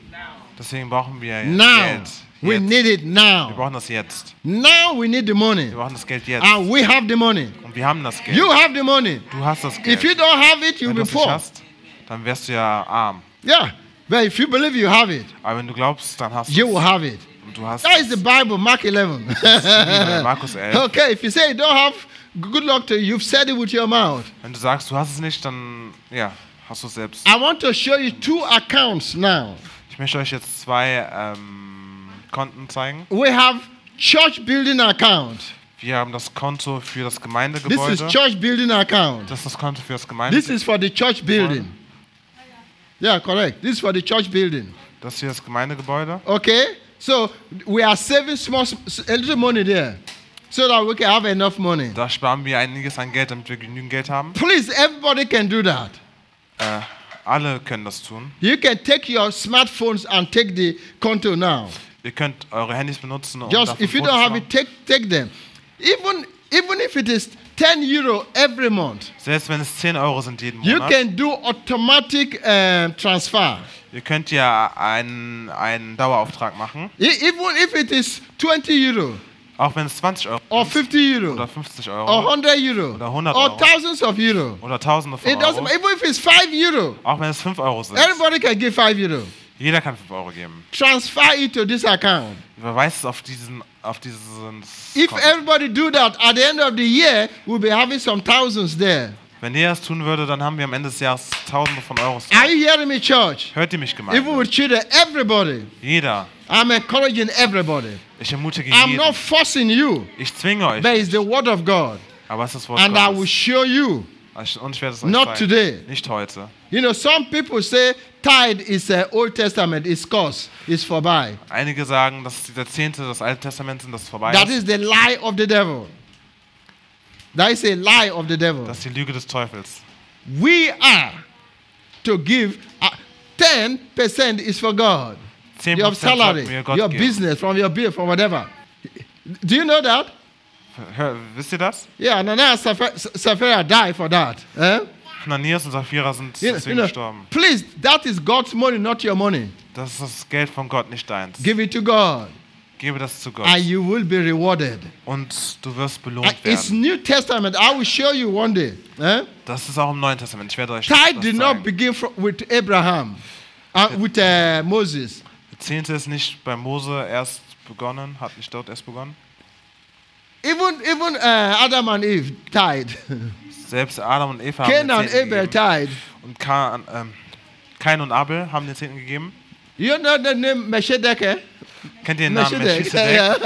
B: Deswegen brauchen wir
A: now.
B: Geld.
A: We
B: Jetzt.
A: need it
B: Wir
A: now.
B: brauchen das jetzt.
A: Now we need the money.
B: Wir brauchen das Geld jetzt.
A: And we have the money.
B: Und wir haben das Geld.
A: You have the money.
B: du hast das Geld.
A: If you don't have it, you'll
B: wenn
A: be
B: du das nicht
A: poor.
B: hast, dann wärst du ja arm.
A: Yeah. But if you believe you have it,
B: Aber wenn du glaubst, dann hast
A: you
B: du
A: will
B: es.
A: have it.
B: Und du hast
A: That is the
B: es.
A: Bible, Mark 11.
B: Bibel, Markus 11.
A: okay, if you say you don't have, good luck to you. You've said it with your mouth.
B: Wenn du sagst, du hast es nicht, dann ja, hast du es selbst.
A: I want to show you two accounts now.
B: Ich möchte euch jetzt zwei ähm, Konten zeigen.
A: We have church building account.
B: Wir haben das Konto für das
A: This is
B: Gemeindegebäude.
A: church building account.
B: Das ist das Konto für das
A: This
B: Gemeindegebäude.
A: is for the church building. Yeah, correct. This is for the church building.
B: Das hier ist das Gemeindegebäude.
A: Okay? So we are saving small, a little money there so that we can have enough money.
B: Da sparen wir einiges an Geld, damit wir genügend Geld haben.
A: Please, everybody can do that.
B: Äh, alle können das tun.
A: You can take your smartphones and take the conto now.
B: Ihr könnt eure Handys benutzen. Und
A: Just
B: davon
A: if you don't
B: Fotos
A: have
B: machen.
A: it, take take them. Even even if it is 10 euro every month,
B: Selbst wenn es 10 Euro sind jeden
A: you
B: Monat.
A: can do automatic um, transfer.
B: Ihr könnt ja einen, einen Dauerauftrag machen.
A: E- Even if it is 20 euro
B: Auch wenn es 20 Euro
A: or 50
B: oder
A: euro
B: 50
A: or
B: Euro
A: 100 euro
B: Oder 100
A: or
B: Euro.
A: thousands of euro.
B: oder Tausende von
A: It doesn't
B: Euro.
A: even if it's 5 euro.
B: Auch wenn es 5 Euro sind.
A: Everybody can give 5 euro.
B: Jeder kann 5 Euro geben.
A: Transfer it to this account.
B: Überweist es auf diesen auf diesen
A: If
B: Konto.
A: everybody do that at the end of the year, we'll be having some thousands there.
B: Wenn ihr das tun würde, dann haben wir am Ende des Jahres Tausende von Euros.
A: Are you hearing me, church?
B: Hört ihr mich
A: Even
B: gemeint?
A: with children, everybody.
B: Jeder.
A: I'm encouraging everybody.
B: Ich ermutige
A: I'm not
B: jeden.
A: forcing you.
B: Ich zwinge euch.
A: There is the word of God.
B: Aber es ist das Wort
A: And I will
B: Gottes. Also
A: show you.
B: Ich- Und ich werde es euch
A: Not
B: zeigen.
A: today.
B: Nicht heute.
A: You know, some people say tithe is uh, Old Testament, it's cost, it's vorbei.
B: Einige sagen, dass die Jahrzehnte des Alten Testaments sind, dass es vorbei
A: That
B: ist.
A: is the lie of the devil. That is a lie of the devil.
B: Das ist die Lüge des Teufels.
A: We are to give uh, 10% is for God.
B: 10%
A: Your salary,
B: sollten wir Gott
A: your
B: geben.
A: business, from your bill, from whatever. Do you know that?
B: Hör, wisst ihr das?
A: Yeah, Ananias and Sapphira- Sapphira died for that. eh?
B: Ananias und Sapphira sind
A: You know-
B: deswegen
A: you know,
B: gestorben.
A: please, that is God's money, not your money.
B: Das ist das Geld von Gott, nicht deins.
A: Give it to God,
B: Gebe das zu Gott.
A: and you will be rewarded.
B: Und du wirst
A: And
B: belohnt
A: It's
B: werden.
A: New Testament. I will show you one day. eh?
B: Das ist auch im Neuen Testament. Ich werde euch das
A: Tithe did not
B: zeigen.
A: begin fro- with Abraham, uh, with uh, Moses.
B: Der Zehnte ist nicht bei Mose erst begonnen, hat nicht dort erst begonnen.
A: Even even uh, Adam and Eve tied.
B: Selbst Adam und Eva
A: Cain
B: haben
A: and
B: den Zehnten
A: Abel
B: gegeben.
A: tied.
B: Und Kain, ähm, Kain und Abel haben den Zehnten gegeben.
A: You know the name Meshedeke?
B: Kennt ihr den Namen
A: Melchizedek. Yeah,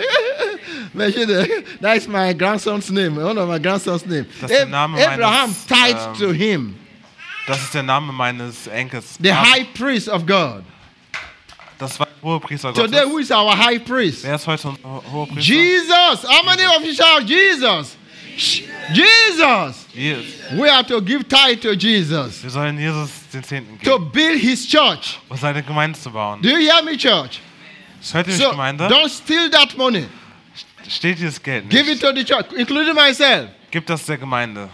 A: yeah, Melchizedek. Melchizedek. That's my grandson's name. One of my grandson's name.
B: Das ist der
A: Ab-
B: Name meines,
A: Abraham tied
B: ähm,
A: to him,
B: Das ist der Name meines Enkels.
A: the
B: Ab-
A: high priest of God.
B: Das war der Hohepriester Gottes.
A: Today, who is our high priest?
B: Wer ist heute unser Ho- Hohepriester?
A: Jesus. How many of you shout Jesus? Sh- Jesus.
B: Jesus.
A: We are to give tithe to Jesus
B: Wir sollen Jesus den Zehnten
A: to
B: geben,
A: build his church.
B: um seine Gemeinde zu bauen.
A: Do you hear me, church?
B: Hört ihr mich,
A: So
B: Gemeinde?
A: don't steal that money.
B: Steht dieses Geld
A: Give it
B: nicht.
A: to the church, including myself.
B: Gib das der Gemeinde.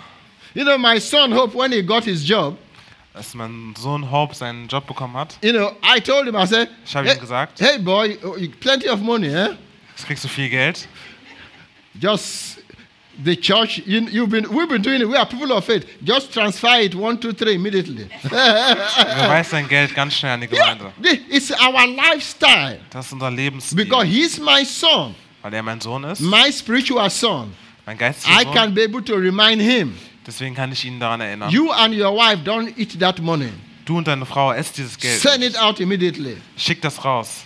A: You know, my son Hope, when he got his job,
B: Als mein Sohn Hope seinen Job bekommen hat,
A: you know, I told him, I said,
B: ich habe
A: hey,
B: ihm gesagt,
A: hey boy, you- you- plenty of money, eh?
B: jetzt kriegst du viel Geld.
A: Just the church, you, you've been, we've been doing it. We are people of faith. Just transfer it one, two, three immediately.
B: Überweist dein Geld ganz schnell an die Gemeinde.
A: The- it's our lifestyle
B: Das ist unser
A: because
B: Lebensstil.
A: he's my son,
B: Weil er mein Sohn ist,
A: my spiritual son.
B: mein geistiger
A: I can
B: Sohn.
A: be able to remind him.
B: Deswegen kann ich ihn daran erinnern.
A: You and your wife don't eat that money.
B: Du und deine Frau, esst dieses Geld.
A: Send it out immediately.
B: Schick das raus.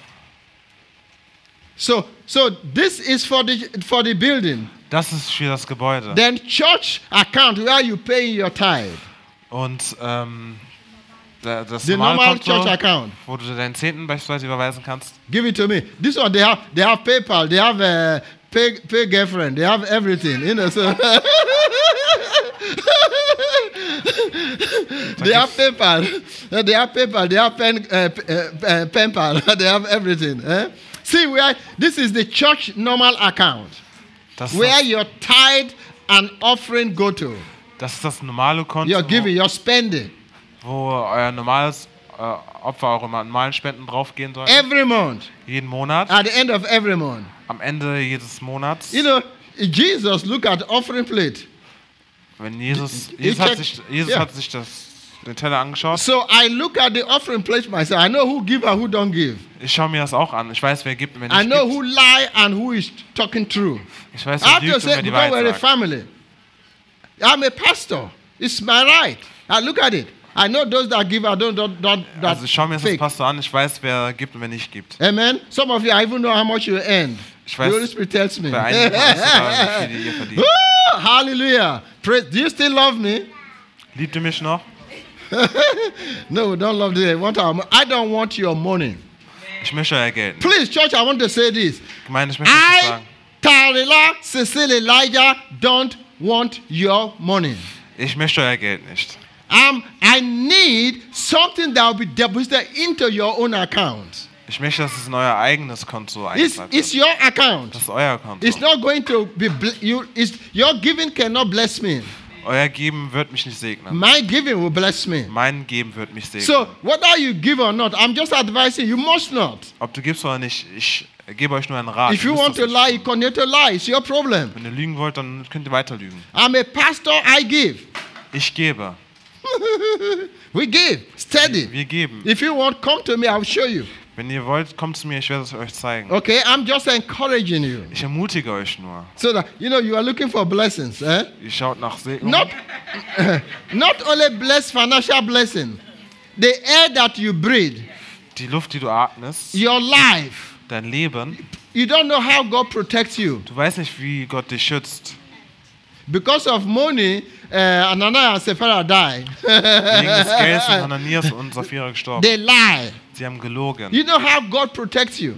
A: So, so this is for the for the building.
B: Das ist für das Gebäude.
A: Then church account where you pay your tithe.
B: Und ähm, da- das
A: The
B: normale
A: normal
B: Konto,
A: church account.
B: wo du dir deinen Zehnten beispielsweise überweisen kannst.
A: Give it to me. This one they have they have PayPal, they have uh, pay pay girlfriend, they have everything, you know. So they have PayPal, Uh, they have PayPal, they have pen uh, p- uh, uh, PenPal, they have everything. Eh? See, where this is the church normal account
B: Das ist,
A: where
B: das,
A: your tithe and offering go to,
B: das ist das normale Konto,
A: your giving, your spending
B: wo, wo euer normales äh, Opfer, eure normalen Spenden draufgehen sollen.
A: every month.
B: jeden Monat,
A: At the end of every month,
B: am Ende jedes Monats.
A: you know, Jesus look at offering plate.
B: Wenn Jesus,
A: Ich
B: Jesus, hat
A: check-
B: sich, Jesus
A: ja.
B: hat sich das, den Teller angeschaut.
A: So I look at the offering plate myself. I know who give and who don't give.
B: Ich schaue mir das auch an. Ich weiß, wer gibt und wer
A: I
B: nicht
A: know
B: gibt.
A: who lie and who is talking true.
B: Ich weiß,
A: I
B: wer
A: have to
B: lügt und
A: say,
B: wer die
A: because we're a
B: Wahrheit sagt.
A: family. I'm a pastor. It's my right. I look at it. I know those that give and don't don't don't that
B: Also ich schaue mir das als
A: fake.
B: Pastor an. Ich weiß, wer gibt und wer nicht gibt.
A: Amen. Some of you I even know how much you earn.
B: Ich
A: The
B: weiß-
A: Holy Spirit tells me.
B: Bei einigen weiß ich sogar, wie viel ihr verdient.
A: Woo! Hallelujah. Praise. Do you still love me?
B: Liebt ihr mich noch?
A: No, we don't love the What our, I don't want your money.
B: Ich möchte euer Geld. nicht.
A: Please, church, I want to say this.
B: Gemeinde, ich möchte euch das
A: I,
B: sagen.
A: Tarila, Cecil, Elijah, don't want your money.
B: Ich möchte euer Geld nicht.
A: Um, I need something that will be deposited into your own account.
B: Ich möchte, dass es in euer eigenes Konto
A: It's,
B: eingezahlt
A: it's
B: wird.
A: your account.
B: Das ist euer Konto.
A: It's not going to be ble- you. It's, your giving cannot bless me.
B: Euer Geben wird mich nicht segnen.
A: My giving will bless me.
B: Mein Geben wird mich segnen.
A: So whether you give or not, I'm just advising you must not.
B: Ob du gibst oder nicht, ich gebe euch nur einen Rat.
A: If
B: Ihr
A: you
B: müsst
A: want
B: das
A: to
B: nicht
A: lie,
B: tun.
A: you continue to lie. It's your problem.
B: Wenn ihr lügen wollt, dann könnt ihr weiter lügen.
A: I'm a pastor. I give.
B: Ich gebe.
A: We give steady.
B: Wir geben.
A: If you want, come to me. I'll show you.
B: Wenn ihr wollt, kommt zu mir, ich werde es euch zeigen.
A: Okay, I'm just encouraging you.
B: Ich ermutige euch nur.
A: So that you know you are looking for blessings, eh?
B: Ihr schaut nach Segen.
A: Not not only blessed financial blessing, the air that you breathe,
B: Die Luft, die du atmest,
A: your life.
B: dein Leben.
A: You don't know how God protects you.
B: Du weißt nicht, wie Gott dich schützt.
A: Because of money, uh, Ananias and Sapphira died.
B: Wegen des Geldes sind Ananias und Sapphira gestorben.
A: they lie.
B: Sie haben gelogen.
A: You know how God protects you.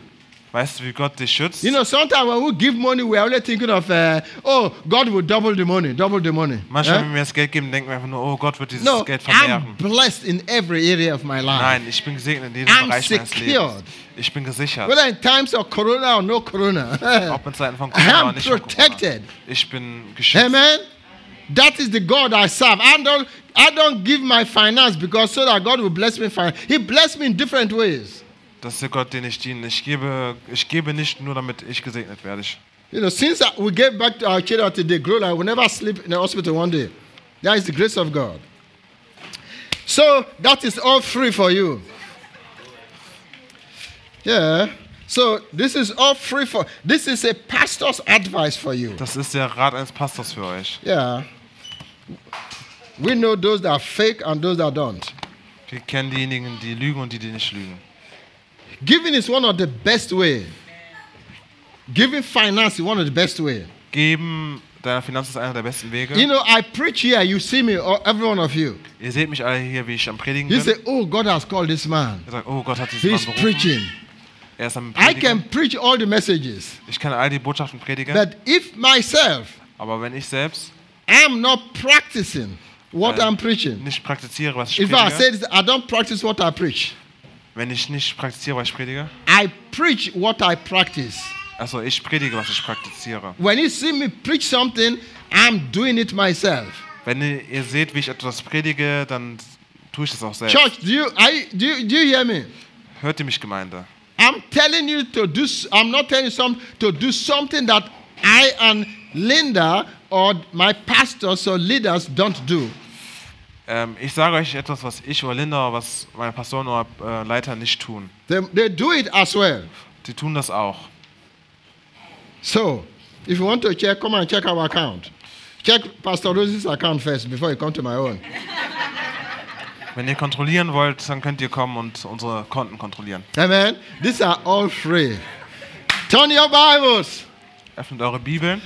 B: Weißt du, wie Gott dich schützt?
A: You know, sometimes when we give money, we're only thinking of, uh, oh, God will double the money, double the money.
B: Manchmal,
A: Eh?
B: wenn wir das Geld geben, denken wir einfach nur, oh Gott wird dieses
A: No,
B: Geld
A: I'm
B: vermehren.
A: blessed in every area of my life.
B: Nein, ich bin gesegnet in jedem
A: I'm
B: Bereich meines
A: secured.
B: Lebens. Ich bin gesichert.
A: Whether in times of corona or no corona.
B: Ob in Zeiten von Corona
A: I'm
B: oder nicht von Corona.
A: protected.
B: Ich bin geschützt.
A: Amen. That is the God I serve. I don't, I don't give my finance because so that God will bless me. Fin- he blessed me in different ways.
B: Das ist der Gott, den ich diene. Ich gebe, ich gebe nicht nur, damit ich gesegnet werde. Ich,
A: You know, since I, we gave back to our children today, Gloria will never sleep in the hospital one day. That is the grace of God. So that is all free for you. Yeah. So this is all free for. This is a pastor's advice for you.
B: das ist der Rat eines Pastors für euch.
A: Yeah. We know those that are fake and those that don't.
B: Wir kennen diejenigen, die lügen und die, die nicht lügen.
A: Giving is one of the best way. Giving finance is one of the best way.
B: Geben deiner Finanz ist einer der besten Wege.
A: You know, I preach here. You see me, or every one of you.
B: Ihr seht mich alle hier, wie ich am Predigen
A: You
B: bin.
A: say, "Oh, God has called this man.
B: Ihr sagt, oh Gott hat diesen
A: He's
B: Mann berufen.
A: preaching."
B: Er ist am
A: I
B: Predigen.
A: can preach all the messages,
B: Ich kann all die Botschaften predigen.
A: but if myself
B: Aber wenn ich selbst
A: I'm not practicing what
B: Yeah.
A: I'm preaching,
B: nicht praktiziere, was ich
A: if I say
B: predige,
A: this, I don't practice what I preach.
B: wenn ich nicht praktiziere, was ich predige,
A: I preach what I practice.
B: also ich predige, was ich praktiziere.
A: When you see me preach something, I'm doing it myself.
B: Wenn ihr, ihr seht, wie ich etwas predige, dann tue ich das auch selbst.
A: Church, do you, are you, do you, do you hear me?
B: Hört ihr mich, Gemeinde?
A: I'm telling you to do. s- I'm not telling you some, to do something that I and Linda or my pastors or leaders don't do.
B: Ähm, ich sage euch etwas, was ich oder Linda, oder was meine Pastoren oder äh, Leiter nicht tun.
A: They, they do it as well.
B: Sie tun das auch.
A: So, if you want to check, come and check our account. Check Pastor Rosie's account first before you come to my own.
B: Wenn ihr kontrollieren wollt, dann könnt ihr kommen und unsere Konten kontrollieren.
A: Amen. These are all free. Turn your Bibles.
B: Öffnet eure Bibeln.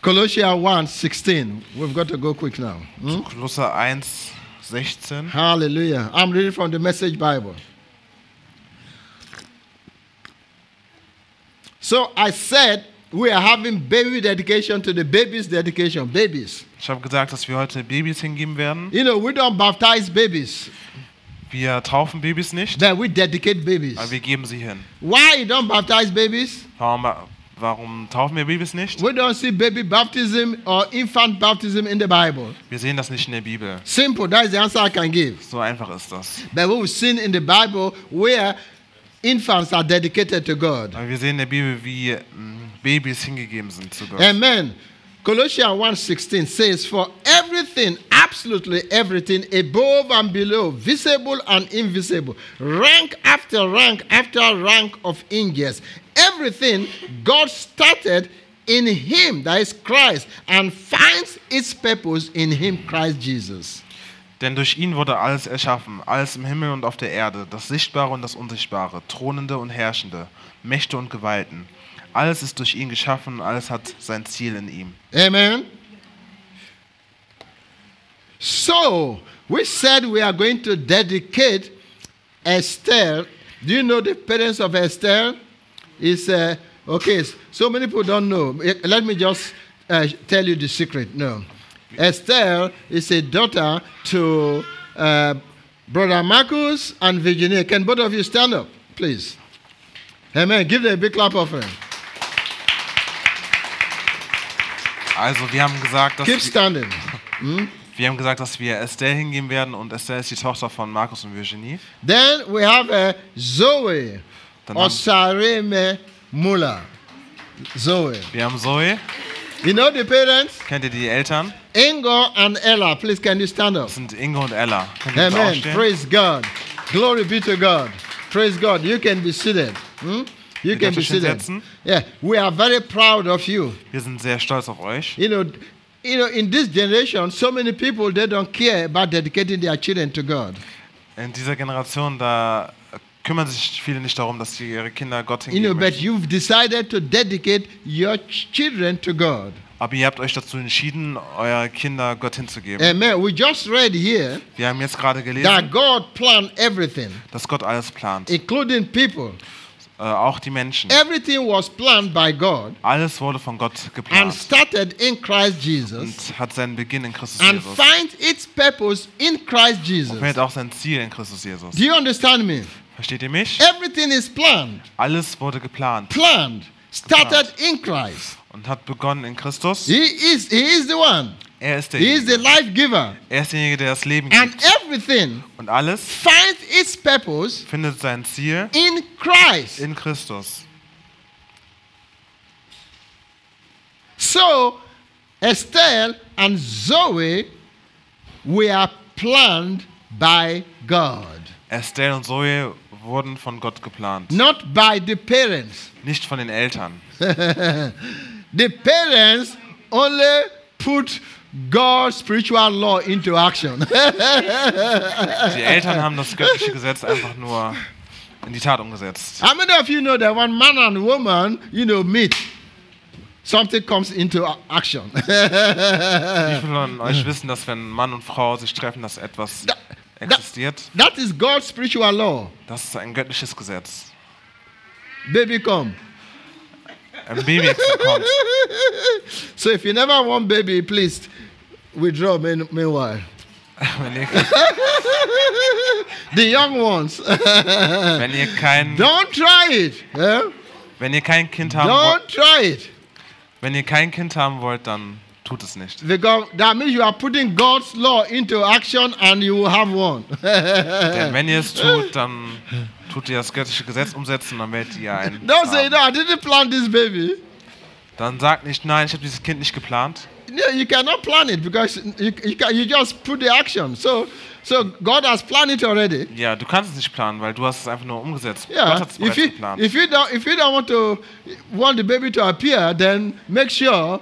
A: Colossians 1 16. We've got to go quick now. Hmm?
B: Kolosser 1, 16.
A: Hallelujah. I'm reading from the Message Bible. So I said we are having baby dedication to the babies' dedication. Babies.
B: Ich habe gesagt, dass wir heute Babys hingeben werden.
A: You know, we don't baptize babies,
B: Wir taufen Babys nicht,
A: then we dedicate
B: aber
A: babies.
B: wir geben sie hin.
A: Why you don't baptize babies?
B: Warum, warum taufen wir Babys nicht?
A: We don't see baby baptism or infant baptism in the Bible.
B: Wir sehen das nicht in der Bibel.
A: Simple, that's the answer I can give.
B: So einfach ist das.
A: But we've seen in the Bible where infants are dedicated to God.
B: Aber wir sehen in der Bibel, wie mm, Babys hingegeben sind zu Gott.
A: Amen. Colossians 1:16 says, For everything, absolutely everything, above and below, visible and invisible, rank after rank after rank of angels, everything God started in Him, that is Christ, and finds its purpose in Him, Christ Jesus.
B: Denn durch ihn wurde alles erschaffen, alles im Himmel und auf der Erde, das Sichtbare und das Unsichtbare, Thronende und Herrschende, Mächte und Gewalten. Alles ist durch ihn geschaffen und alles hat sein Ziel in ihm.
A: Amen. So, we said we are going to dedicate Esther. Do you know the parents of Esther? Is uh, okay. So many people don't know. Eh, Let me just uh, tell you the secret. No, Esther is a daughter to uh, brother Marcus and Virginia. Can both of you stand up, please? Amen. Give them a big clap of uh, offering.
B: Also wir haben gesagt, dass
A: Keep
B: wir,
A: standing.
B: wir haben gesagt, dass wir Estelle hingeben werden und Estelle ist die Tochter von Markus und Virginie.
A: Then we have uh, Zoe
B: The num-
A: Osareme Mula. Zoe.
B: Wir haben Zoe.
A: You know the parents?
B: Kennt ihr die Eltern?
A: Ingo and Ella. Please, can you stand up?
B: Das sind Inge und Ella. Könnt ihr bitte
A: Amen.
B: aufstehen?
A: Praise God. Glory be to God. Praise God. You can be seated. Hmm? You
B: Ihr
A: can
B: dürft
A: be
B: euch
A: seated.
B: hinsetzen.
A: Yeah, we are very proud of you.
B: Wir sind sehr stolz auf euch.
A: You know, you know, in this generation, so many people they don't care about dedicating their children to God.
B: In dieser Generation, da kümmern sich viele nicht darum, dass sie ihre Kinder Gott
A: You know,
B: hingeben.
A: but
B: möchten.
A: you've decided to dedicate your ch- children to God.
B: Aber ihr habt euch dazu entschieden, eure Kinder Gott hinzugeben.
A: Amen. We just read here
B: Wir haben jetzt gerade
A: that
B: gelesen,
A: God planned everything,
B: dass Gott alles plant.
A: including people.
B: Äh, auch die Menschen.
A: Everything was planned by God
B: Alles wurde von Gott
A: and
B: geplant
A: started in Christ Jesus
B: und hat seinen Beginn in Christus
A: and
B: Mm. Jesus.
A: finds its purpose in Christ
B: Und
A: Jesus.
B: findet auch sein Ziel in Christus Jesus.
A: Do you understand me?
B: Versteht ihr
A: Äh.
B: mich?
A: Everything is planned,
B: Alles wurde geplant
A: planned, started in Christ.
B: und hat begonnen in Christus.
A: He is, he is the one.
B: Er ist
A: He is the
B: derjenige,
A: life giver.
B: er ist derjenige der das Leben
A: And
B: gibt.
A: everything
B: Und alles
A: finds its purpose
B: findet sein Ziel
A: in Christ.
B: in Christus.
A: So, Estelle and Zoe were planned by God,
B: Estelle und Zoe wurden von Gott geplant,
A: not by the parents.
B: nicht von den Eltern.
A: The parents only put God's spiritual law into action.
B: Die Eltern haben das göttliche Gesetz einfach nur in die Tat umgesetzt.
A: How many of you know that when man and woman, you know, meet, something comes into a- action?
B: Wie viele von euch wissen, dass wenn Mann und Frau sich treffen, dass etwas
A: Da- da-
B: existiert?
A: that is God's spiritual law.
B: Das ist ein göttliches Gesetz.
A: Baby come.
B: Ein Baby kommt.
A: So if you never want baby, please withdraw mean- meanwhile.
B: Wenn ihr,
A: the young ones.
B: wenn ihr, kein,
A: Don't try it. eh?
B: wenn ihr kein Kind haben wollt,
A: Don't try it.
B: wenn ihr kein Kind haben wollt, dann tut es nicht.
A: Because that means you are putting God's law into action and you will have one. Äh.
B: Denn wenn ihr es tut, dann tut ihr das göttliche Gesetz umsetzen, dann werdet ihr ein.
A: Don't say,
B: haben.
A: no, I didn't plan this baby.
B: Dann sagt nicht, nein, ich habe dieses Kind nicht geplant.
A: No, you cannot plan it because you, you, can, you just put the action. So, so God has planned it already.
B: Ja, du kannst es nicht planen, weil du hast es einfach nur umgesetzt. Gott
A: Yeah.
B: hat es
A: If
B: bereits
A: you,
B: geplant.
A: if you don't if you don't want to want the baby to appear, then make sure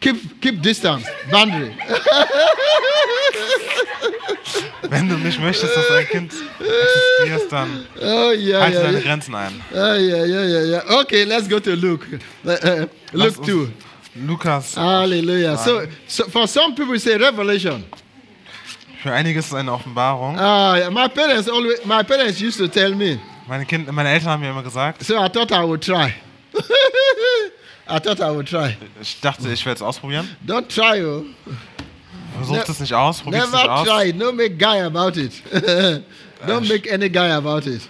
A: keep keep distance, boundary.
B: Wenn du nicht möchtest, dass dein Kind existiert, dann
A: Oh yeah,
B: halte
A: yeah,
B: deine
A: yeah.
B: Grenzen ein.
A: Oh, yeah, yeah, yeah, yeah. Okay, let's go to Luke. Uh, uh,
B: Lass
A: Luke
B: uns,
A: 2.
B: Lukas,
A: Ah. Hallelujah. So, so for some people, you say revelation.
B: für einige ist es eine Offenbarung.
A: Ah, my parents always, my parents used to tell me.
B: Meine, kind, meine Eltern haben mir immer gesagt,
A: So I thought I would try. I thought I would try.
B: ich dachte, ich werde es ausprobieren.
A: Don't try, oh.
B: Versucht es nicht aus, probiert es
A: Ne- Never
B: nicht aus.
A: try it. Don't make guy about it. Don't make any guy about it.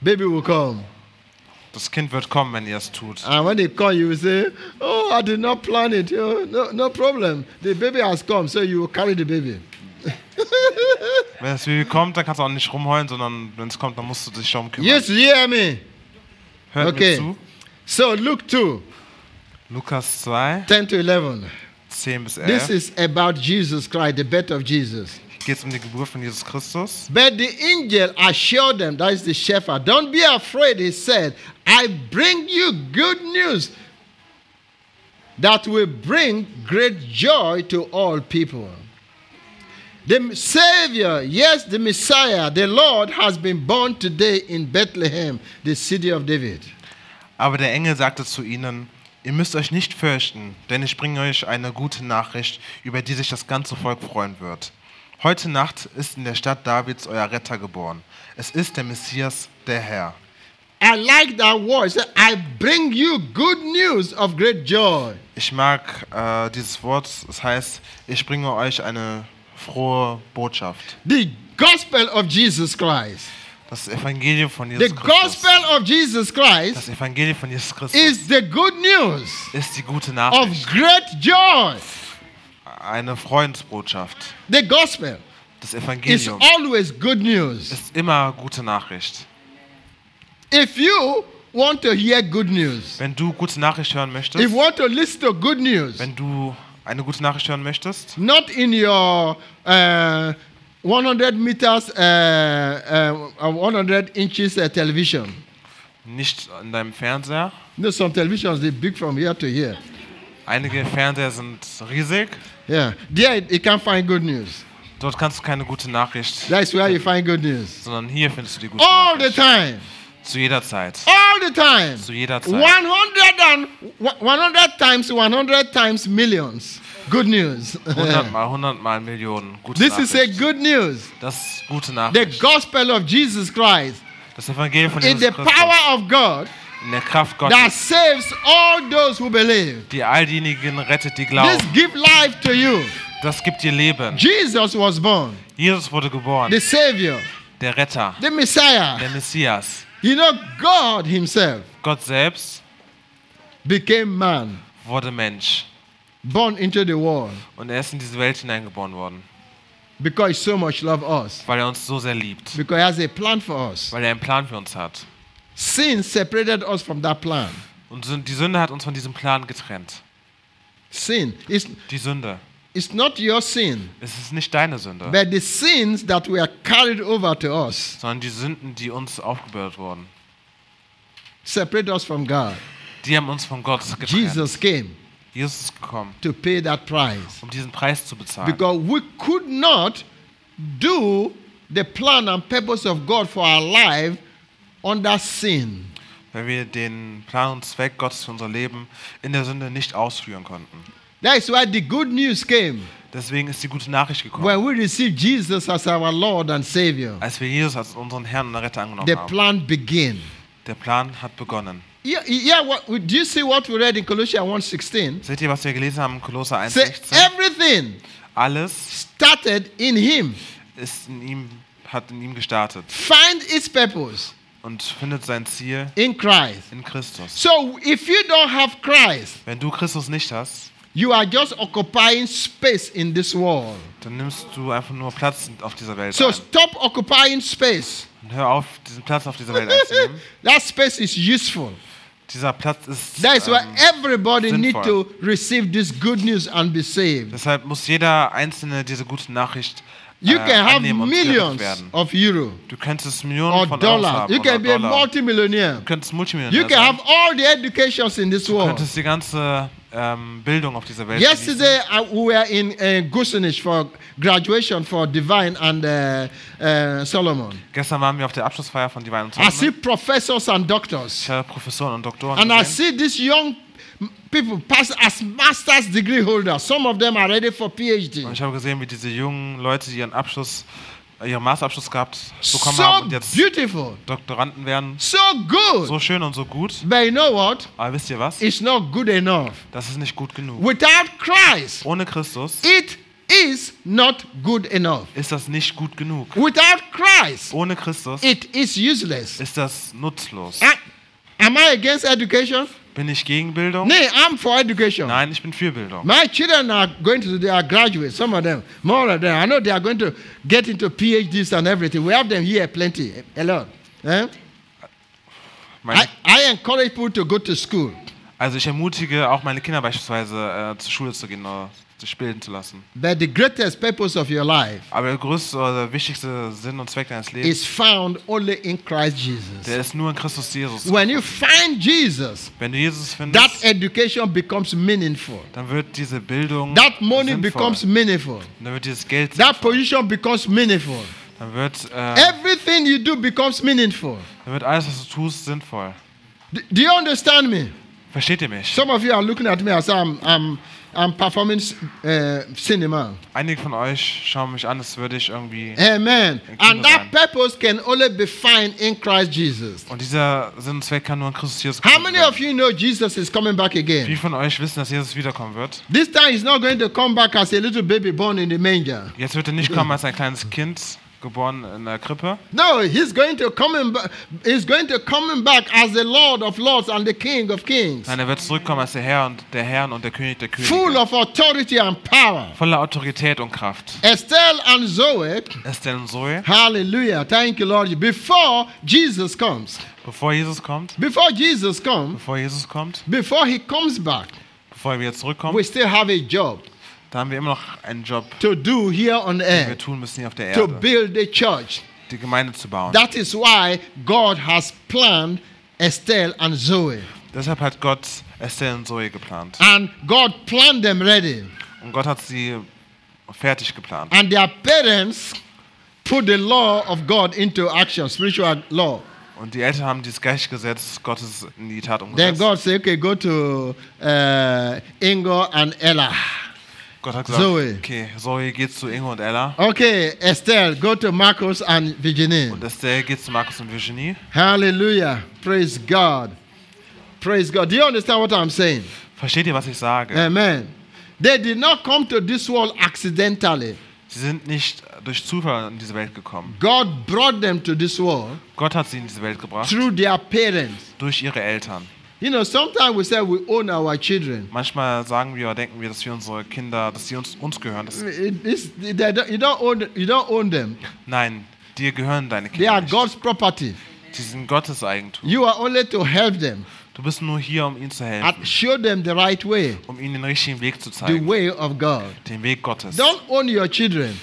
A: Baby will come.
B: Das Kind wird kommen, wenn ihr es tut.
A: And when they call you, you say, Oh, I did not plan it. Oh, no, no problem. The baby has come, so you will carry the baby.
B: Wenn das Baby kommt, dann kannst du auch nicht rumheulen, sondern wenn es kommt, dann musst du dich darum kümmern.
A: Yes, you hear me?
B: Hört
A: okay.
B: mir zu.
A: So, Luke 2,
B: Lukas 2,
A: 10 to 11.
B: 10 bis
A: This
B: 11
A: is about Jesus Christ, the birth of Jesus.
B: geht es um die Geburt von Jesus Christus.
A: But the angel assured them, that is the shepherd, don't be afraid, he said, I bring you good news that will bring great joy to all people. The Savior, yes, the Messiah, the Lord has been born today in Bethlehem, the city of David.
B: Aber der Engel sagte zu ihnen, ihr müsst euch nicht fürchten, denn ich bringe euch eine gute Nachricht, über die sich das ganze Volk freuen wird. Heute Nacht ist in der Stadt Davids euer Retter geboren. Es ist der Messias, der Herr.
A: I like that word. It said, I bring you good news of great joy.
B: Ich mag äh, dieses Wort, es heißt, ich bringe euch eine frohe Botschaft.
A: The gospel of Jesus Christ.
B: Das Evangelium von
A: The
B: Jesus Christus.
A: gospel of Jesus Christ
B: Das Evangelium von Jesus Christus
A: is
B: ist,
A: the good news
B: die gute
A: of
B: Nachricht,
A: great joy.
B: eine Freundesbotschaft.
A: The gospel
B: Das
A: is
B: Evangelium
A: always good news.
B: ist immer gute Nachricht.
A: If you want to hear good news,
B: Wenn du gute Nachricht hören möchtest,
A: if you want to listen to good news,
B: wenn du eine gute Nachricht hören möchtest,
A: not in your uh, 100 meters, uh, uh, 100 inches uh, television.
B: nicht in deinem Fernseher.
A: You know, some televisions, they big from here to here.
B: Einige Fernseher sind riesig.
A: Yeah, there you can find good news.
B: Dort kannst du keine gute Nachricht,
A: That's where you find good news.
B: sondern hier findest du die gute
A: All the
B: Nachricht.
A: time.
B: Zu jeder Zeit.
A: All the time.
B: Zu jeder Zeit.
A: 100 and 100 times 100 times millions. Good news.
B: 100 mal, 100 mal Millionen. Gute
A: this is a
B: Nachricht.
A: good news.
B: Das ist gute
A: The
B: Nachricht.
A: gospel of Jesus Christ
B: Das Evangelium von
A: is the
B: Jesus Christus.
A: power of God
B: In der Kraft
A: that
B: Gottes,
A: saves all those who believe.
B: die all diejenigen rettet, die
A: This
B: glauben.
A: give life to you.
B: Das gibt dir Leben.
A: Jesus was born,
B: Jesus wurde geboren.
A: the Savior,
B: Der Retter.
A: the Messiah.
B: Der Messias.
A: You know, God Himself
B: Gott selbst
A: became man,
B: wurde Mensch.
A: born into the world
B: Und er ist in diese Welt hineingeboren worden.
A: because He so much loved us,
B: Weil er uns so sehr liebt.
A: because He has a plan for us.
B: Weil er einen Plan für uns hat.
A: Sin separated us from that plan.
B: Und Sün- die Sünde hat uns von diesem Plan getrennt.
A: Sin. It's,
B: Die Sünde.
A: it's not your sin,
B: Es ist nicht deine Sünde,
A: but the sins that were carried over to us
B: sondern die Sünden, die uns aufgebürdet wurden.
A: separate us from God.
B: Die haben uns von Gott getrennt.
A: Jesus came
B: Jesus ist gekommen,
A: to pay that price
B: um diesen Preis zu bezahlen.
A: because we could not do the plan and purpose of God for our life under sin.
B: weil wir den Plan und Zweck Gottes für unser Leben in der Sünde nicht ausführen konnten.
A: That's why the good news came
B: Deswegen ist die gute Nachricht gekommen,
A: when we received Jesus as our Lord and Savior.
B: als wir Jesus als unseren Herrn und Retter angenommen
A: The
B: haben.
A: plan began.
B: Der Plan hat begonnen.
A: Yeah, yeah what, do you see what we read in Colossians 1.16?
B: Seht ihr, was wir gelesen haben in Kolosser
A: Say
B: 1,16?
A: everything
B: Alles
A: started in him.
B: ist in ihm, hat in ihm gestartet
A: Find its purpose
B: und findet sein Ziel
A: in Christ.
B: in Christus.
A: So if you don't have Christ,
B: Wenn du Christus nicht hast,
A: you are just occupying space in this world.
B: dann nimmst du einfach nur Platz auf dieser Welt
A: So
B: ein.
A: stop occupying space.
B: Und hör auf, diesen Platz auf dieser Welt einzunehmen.
A: that space is useful.
B: Dieser Platz ist.
A: That is why
B: Ähm,
A: everybody need
B: sinnvoll.
A: to receive this good news and be saved.
B: deshalb muss jeder Einzelne diese gute Nachricht
A: You
B: äh,
A: can have
B: annehmen und gerettet
A: millions
B: werden.
A: of euro
B: Du könntest Millionen
A: or
B: von Euros
A: dollars.
B: haben
A: You
B: oder
A: can be a
B: Dollar.
A: multimillionaire.
B: Du könntest Multimillionär
A: You can
B: sein.
A: have all the educations in this
B: Du
A: world.
B: könntest die ganze ähm, Bildung auf dieser Welt genießen.
A: Yesterday, I, we were in uh, Gosenich for graduation for Divine and uh, uh, Solomon.
B: Gestern waren wir auf der Abschlussfeier von Divine und
A: I see
B: Solomon.
A: professors and
B: Ich
A: doctors, Ah,
B: habe Professoren und Doktoren
A: and I
B: gesehen.
A: see these young M- People pass as master's degree holders. Some of them are ready for
B: Und
A: PhD.
B: ich habe gesehen, wie diese jungen Leute, die ihren Abschluss, ihren Masterabschluss gehabt bekommen haben
A: So
B: und jetzt
A: beautiful,
B: Doktoranden werden.
A: so good.
B: So schön und so gut.
A: But you know what?
B: Aber wisst ihr was?
A: It's not good enough.
B: Das ist nicht gut genug.
A: Without Christ,
B: Ohne Christus
A: it is not good enough.
B: ist das nicht gut genug.
A: Without Christ,
B: Ohne Christus
A: it is useless.
B: ist das nutzlos.
A: I- am I against education?
B: Bin ich gegen Bildung?
A: Nay, I'm for education.
B: Nein, ich bin für Bildung.
A: My children are going to, they are graduates, some of them, more of them. I know they are going to get into PhDs and everything. We have them here plenty, a lot. Eh? I,
B: Meine,
A: I encourage people to go to school
B: also ich ermutige auch meine Kinder beispielsweise, äh, zur Schule zu gehen oder sich bilden zu lassen.
A: but the greatest purpose of your life
B: Aber der größte oder der wichtigste Sinn und Zweck deines Lebens,
A: is found only in Christ
B: der
A: Jesus.
B: ist nur in Christus Jesus.
A: When you find Jesus,
B: Wenn du Jesus
A: that
B: findest,
A: education becomes meaningful.
B: dann wird diese Bildung
A: That money
B: sinnvoll.
A: becomes meaningful.
B: Dann wird dieses Geld
A: That Eh.
B: sinnvoll.
A: position becomes meaningful.
B: Dann wird, äh, dann
A: Everything you do becomes meaningful.
B: wird alles, was du tust, sinnvoll.
A: D- do you understand me?
B: Versteht ihr mich?
A: Some of you are looking at me as I'm, I'm, I'm performing uh, cinema.
B: Einige von euch schauen mich an, als würde ich irgendwie...
A: Eh. Amen.
B: Thank you,
A: And that
B: Lord.
A: purpose can only be found in Christ Jesus.
B: Und dieser Sinn und Zweck kann nur in Christus Jesus
A: How
B: gefunden
A: many
B: werden.
A: of you know Jesus is coming back
B: Wie
A: again?
B: von euch wissen, dass Jesus wiederkommen wird?
A: This time he's not going to come back as a little baby born in the manger.
B: Jetzt wird er nicht kommen als ein kleines Kind, geboren in der Krippe,
A: No, he's going to come in, ba- he's going to coming back as the Lord of Lords and the King of Kings,
B: Nein, er wird zurückkommen als der Herr und der Herrn und der König der
A: full
B: Könige.
A: of authority and power.
B: Voller Autorität und Kraft.
A: Estelle and Zoe,
B: Estelle und Zoe,
A: hallelujah, thank you, Lord. Before Jesus comes,
B: bevor Jesus kommt,
A: before Jesus comes,
B: bevor Jesus kommt,
A: before he comes back,
B: bevor er wieder
A: we
B: zurückkommt,
A: still have a job
B: da haben wir immer noch einen Job,
A: to do here on
B: den wir
A: earth
B: tun müssen hier auf der
A: Eh. to
B: Erde,
A: build a church.
B: die Gemeinde zu bauen.
A: That is why God has planned Estelle and Zoe,
B: Deshalb hat Gott Estelle und Zoe geplant.
A: and God planned them ready.
B: Und Gott hat sie fertig geplant.
A: and their parents put the law of God into action, spiritual law.
B: Und die Eltern haben dieses gleiche Gesetz Gottes in die Tat
A: Then
B: umgesetzt.
A: God said, okay, go to uh, Ingo and Ella.
B: Gott hat gesagt,
A: Zoe.
B: okay, Zoe geht zu Ingo und Ella.
A: Okay, Estelle, go to Marcos and Virginie.
B: Und Estelle geht zu Markus und Virginie.
A: Hallelujah. Praise God. Praise God. Do you understand what I'm saying?
B: Versteht ihr, was ich sage?
A: Amen. They did not come to this world accidentally.
B: Sie sind nicht durch Zufall in diese Welt gekommen.
A: God brought them to this world
B: Gott hat sie in diese Welt gebracht,
A: through their parents.
B: durch ihre Eltern.
A: You know, sometimes we say we own our children.
B: Manchmal sagen wir oder denken wir, dass wir unsere Kinder, dass sie uns, uns gehören. Das,
A: It- it's- they don't- you, don't own, you don't own them.
B: nein, dir gehören deine
A: They
B: Kinder
A: are
B: nicht.
A: God's property.
B: Sie sind Gottes Eigentum.
A: You are only to help them
B: Du bist nur hier, um ihnen zu helfen,
A: and show them the right way,
B: um ihnen den richtigen Weg zu
A: the
B: zeigen,
A: way of God.
B: den Weg Gottes.
A: Don't own your children.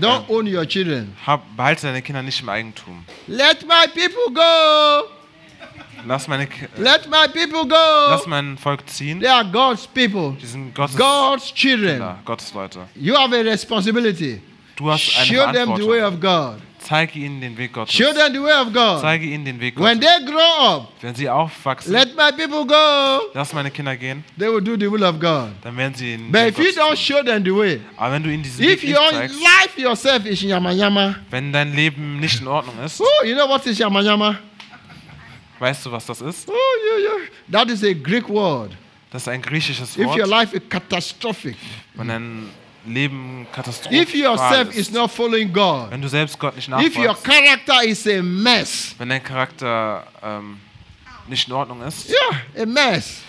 A: Don't own your children.
B: Hab, behalte deine Kinder nicht im Eigentum.
A: Let my people go.
B: Lass, meine, Ki- äh,
A: Let my people
B: lass
A: go.
B: mein Volk ziehen.
A: They are God's people,
B: Die sind Gottes
A: God's children.
B: Kinder, Gottes Leute.
A: You have a responsibility.
B: Du hast eine
A: Show them the way
B: Verantwortung.
A: of God.
B: Zeige ihnen den Weg Gottes.
A: Show them the way of God.
B: Zeige ihnen den Weg
A: When
B: Gottes.
A: they grow up,
B: Wenn sie aufwachsen,
A: let my people go.
B: lass meine Kinder gehen,
A: They will do the will of God.
B: dann werden sie in
A: But if you don't show them the way,
B: Aber wenn du ihnen diesen
A: if
B: Weg nicht
A: your
B: zeigst,
A: life yourself is yama yama,
B: wenn dein Leben nicht in Ordnung ist,
A: oh, you know what is yama yama?
B: weißt du, was das ist?
A: Oh, yeah, yeah. That is a Greek word.
B: Das ist ein griechisches
A: If your
B: Wort.
A: life is catastrophic,
B: Wenn dein Leben
A: if
B: katastrophal
A: yourself is
B: ist,
A: not following God,
B: wenn du selbst Gott nicht
A: if your
B: nachfolgst,
A: character is a mess,
B: wenn dein Charakter ähm, nicht in Ordnung ist,
A: yeah, a mess.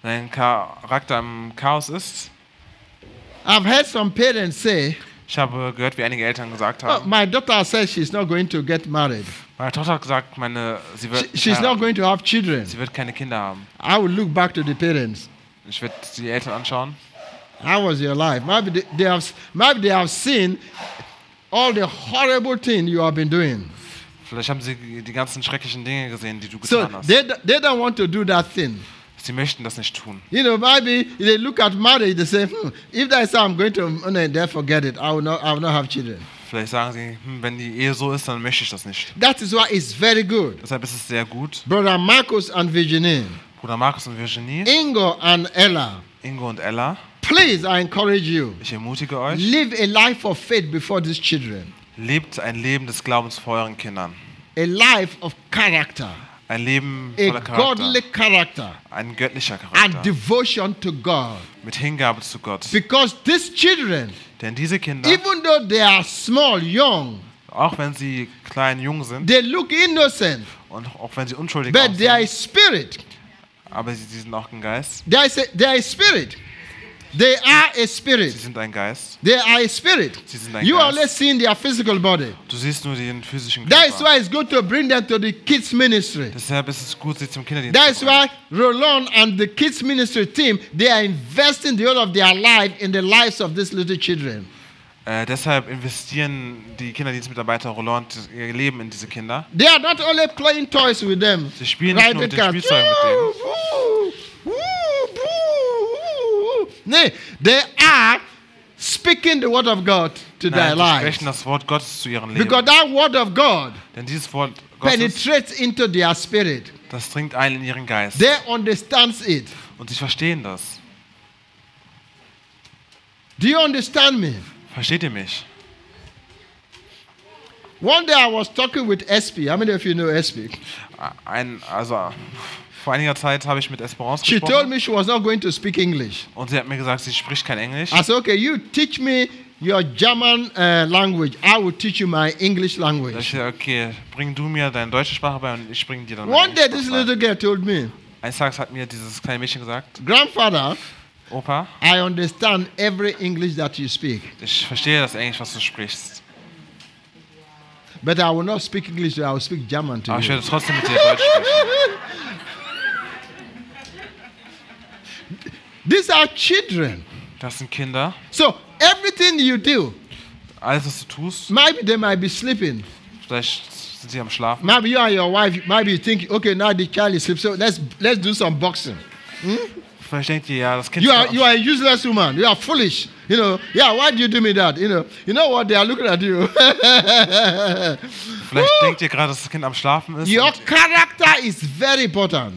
B: wenn dein Charakter im Chaos ist.
A: I've heard some parents say,
B: Ich habe gehört, wie einige Eltern gesagt
A: oh,
B: haben.
A: my daughter says she's not going to get married.
B: Meine Tochter hat gesagt, meine, sie wird,
A: Oh. She- she's not going to have children.
B: sie wird keine Kinder haben.
A: I will look back to the parents.
B: Ich werde die Eltern anschauen.
A: How was your life? Maybe they, they have, maybe they have seen all the horrible thing you have been doing.
B: Vielleicht haben sie die ganzen schrecklichen Dinge gesehen, die du
A: So
B: getan hast.
A: they, do- they don't want to do that thing.
B: Sie möchten das nicht tun.
A: You know, maybe they look at marriage, they say, hmm, if that's how I'm going to, oh, no, then forget it. I will, not, I will not have children.
B: Vielleicht sagen sie, hm, wenn die Ehe so ist, dann möchte ich das nicht.
A: That is why it's very good.
B: Deshalb ist es sehr gut,
A: Brother Marcus and Virginie,
B: Bruder Markus und Virginie,
A: Ingo and Ella,
B: Ingo und Ella,
A: please, I encourage you.
B: ich ermutige euch,
A: Live a life of faith before these children,
B: lebt ein Leben des Glaubens vor euren Kindern.
A: a life of character,
B: Ein Leben
A: a
B: voller Charakter,
A: godly character,
B: ein göttlicher
A: and
B: Charakter,
A: devotion to God.
B: mit Hingabe zu Gott.
A: Because these children,
B: Denn diese Kinder,
A: even though they are small, young,
B: auch wenn sie klein, jung sind
A: they look innocent,
B: und auch wenn sie unschuldig
A: but there
B: aussehen,
A: is spirit.
B: aber sie, sie sind auch ein Geist.
A: There is, a, there is spirit. They are a
B: Sie
A: spirit.
B: sind ein Geist.
A: They are a spirit.
B: Sie sind ein
A: You are
B: Geist.
A: only seeing their physical body.
B: Du siehst nur den physischen
A: That is
B: Körper.
A: why it's good to bring them to the kids ministry.
B: Deshalb ist es gut, sie zum Kinderdienst
A: That is
B: zu bringen.
A: why Roland and the kids ministry team they are investing the whole of their life in the lives of these little children.
B: Äh, deshalb investieren die Kinderdienstmitarbeiter Roland ihr Leben in diese Kinder.
A: They are not only playing toys with them.
B: Sie spielen nicht nur mit
A: Private
B: den Spielzeugen mit denen.
A: Woo, woo, woo, woo. Nee, they are speaking the word of God to their
B: Nein, sie
A: lives.
B: sprechen das Wort Gottes zu ihrem Leben.
A: Because that word of God
B: Denn dieses Wort Gottes,
A: penetrates into their spirit.
B: das dringt ein in ihren Geist.
A: They understand it.
B: Und sie verstehen das.
A: Do you understand me?
B: Versteht ihr mich?
A: One day I was talking with SP. How many of you know SP?
B: Ein, also, vor einiger Zeit habe ich mit Esperance
A: She told
B: gesprochen
A: me she was not going to speak English.
B: und sie hat mir gesagt, sie spricht kein Englisch.
A: I said, okay, you teach me your German uh, language. I will teach you my English
B: Da ich
A: language.
B: gesagt, okay, bring du mir deine deutsche Sprache bei und ich bringe dir dann meine
A: One day this
B: Sprache bei.
A: little girl told me,
B: Eines Tages hat mir dieses kleine Mädchen gesagt,
A: Grandfather,
B: Opa,
A: I understand every English that you speak,
B: ich verstehe das Englisch, was du sprichst,
A: but I will not speak English, I will speak German to
B: aber ich
A: you.
B: werde trotzdem mit dir Deutsch sprechen.
A: These are children.
B: Das sind Kinder.
A: So everything you do,
B: Alles, was du tust,
A: maybe they might be sleeping.
B: vielleicht sind sie am Schlafen.
A: Maybe you and your wife, maybe you think, okay, now the child is asleep, so let's let's do some boxing.
B: Vielleicht denkt ihr, ja, das Kind
A: You
B: ist
A: are
B: am
A: you are a useless woman. You are foolish. You know, yeah, why do you do me that? You know, you know what? They are looking at you.
B: Schlafen. Vielleicht denkt ihr gerade, dass das Kind am Schlafen ist.
A: your
B: und
A: character is very important.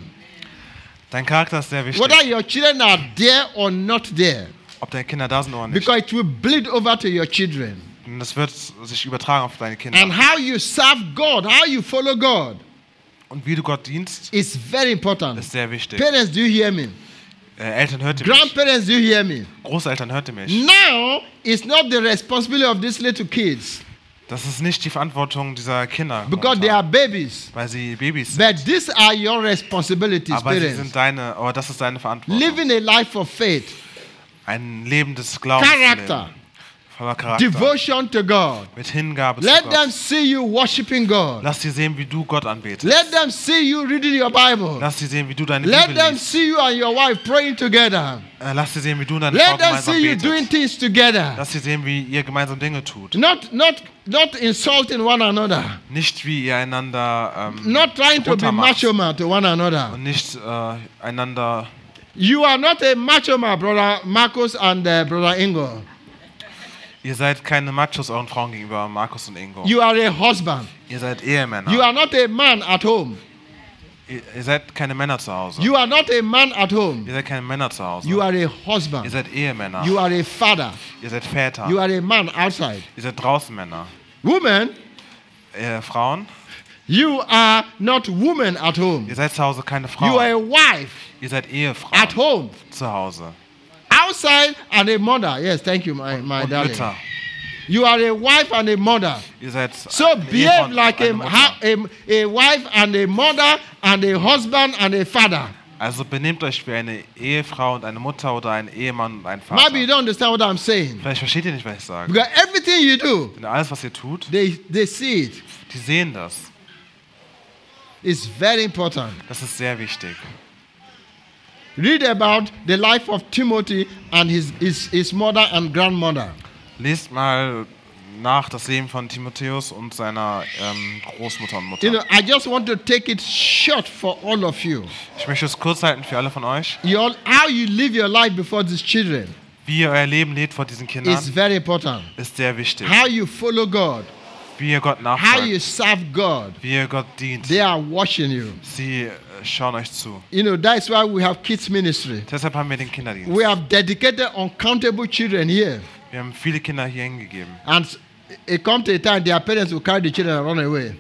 B: Dein Charakter ist sehr wichtig,
A: Whether your children are there or not there.
B: ob deine Kinder da sind oder nicht.
A: Because it will bleed over to your children.
B: Und das wird sich übertragen auf deine Kinder.
A: And how you serve God, how you follow God
B: Und wie du Gott dienst,
A: is very
B: ist
A: important.
B: sehr wichtig.
A: Parents, do you hear me?
B: Äh, Eltern, hört ihr mich?
A: Grandparents, do you hear me?
B: Großeltern, hört ihr mich?
A: Now it's not the responsibility of these little kids
B: Das ist nicht die Verantwortung dieser Kinder,
A: because they
B: momentan,
A: are babies.
B: weil sie Babys sind.
A: But these are your responsibilities,
B: Aber sie
A: parents.
B: sind deine, aber das ist deine Verantwortung.
A: Living a life of faith,
B: Ein Leben des Glaubens. zu leben.
A: character,
B: Voller Charakter.
A: devotion to God.
B: Mit Hingabe zu
A: Let them
B: Gott.
A: see you worshiping God.
B: Lass sie sehen, wie du Gott anbetest.
A: Let them see you reading your Bible.
B: Lass sie sehen, wie du deine
A: Let
B: Bibel
A: them
B: liest.
A: see you and your wife praying together.
B: Äh, Lass sie sehen, wie du und deine Frau
A: Let them
B: gemeinsam
A: see you doing
B: betet.
A: things together.
B: Lass sie sehen, wie ihr gemeinsam Dinge tut.
A: Not, not, not insulting one another.
B: Nicht, wie ihr einander ähm,
A: Not trying to be
B: runtermacht.
A: macho man to one another.
B: Und nicht äh, einander...
A: You are not a macho man, brother Marcus and uh, brother Ingo.
B: Ihr seid keine Machos euren Frauen gegenüber, Markus und Ingo.
A: You are a husband.
B: Ihr seid Ehemänner.
A: You are not a man at home.
B: Ihr, ihr seid keine Männer zu Hause.
A: You are not a man at home.
B: ihr seid keine Männer zu Hause.
A: You are a
B: ihr
A: husband.
B: seid Ehemänner.
A: You are a father.
B: ihr seid Väter.
A: You are a man outside.
B: ihr seid draußen Männer.
A: Woman,
B: Äh, Frauen.
A: you are not woman at home.
B: Ihr seid zu Hause keine
A: You
B: Frauen.
A: are a wife
B: ihr seid Ehefrauen
A: at home.
B: zu Hause.
A: Outside and a mother. Yes, thank you, my, my
B: Und
A: darling.
B: Mütter.
A: You are a wife and a mother.
B: Ihr seid
A: So
B: eine Ehefrau
A: behave
B: und
A: like
B: eine
A: a,
B: Mutter.
A: ha- a, a wife and a mother and a husband and a father.
B: Also benehmt euch wie eine Ehefrau und eine Mutter oder ein Ehemann und ein Vater.
A: Maybe you don't understand what I'm saying.
B: Vielleicht versteht ihr nicht, was ich sage.
A: Because everything you do,
B: Denn alles, was ihr tut,
A: they, they see it.
B: die sehen das.
A: It's very important.
B: Das ist sehr wichtig.
A: Read about the life of Timothy and his, his, his mother and grandmother.
B: Lest mal nach das Leben von Timotheus und seiner ähm, Großmutter und Mutter.
A: You know, I just want to take it short for all of you.
B: Ich möchte es kurz halten für alle von euch.
A: you all, how you live your life before these children
B: Wie ihr euer Leben lebt vor diesen Kindern,
A: is very important.
B: ist sehr wichtig.
A: How you follow God
B: wie ihr Gott
A: how you
B: nachfolgt,
A: serve God.
B: wie ihr Gott dient.
A: They are watching you.
B: Sie äh, schauen euch zu.
A: You know, that's why we have kids ministry.
B: Deshalb haben wir den
A: We
B: Kinderdienst.
A: have dedicated uncountable children here.
B: Wir haben viele Kinder hier hingegeben.
A: And s- it comes a time their parents will carry the children and run away.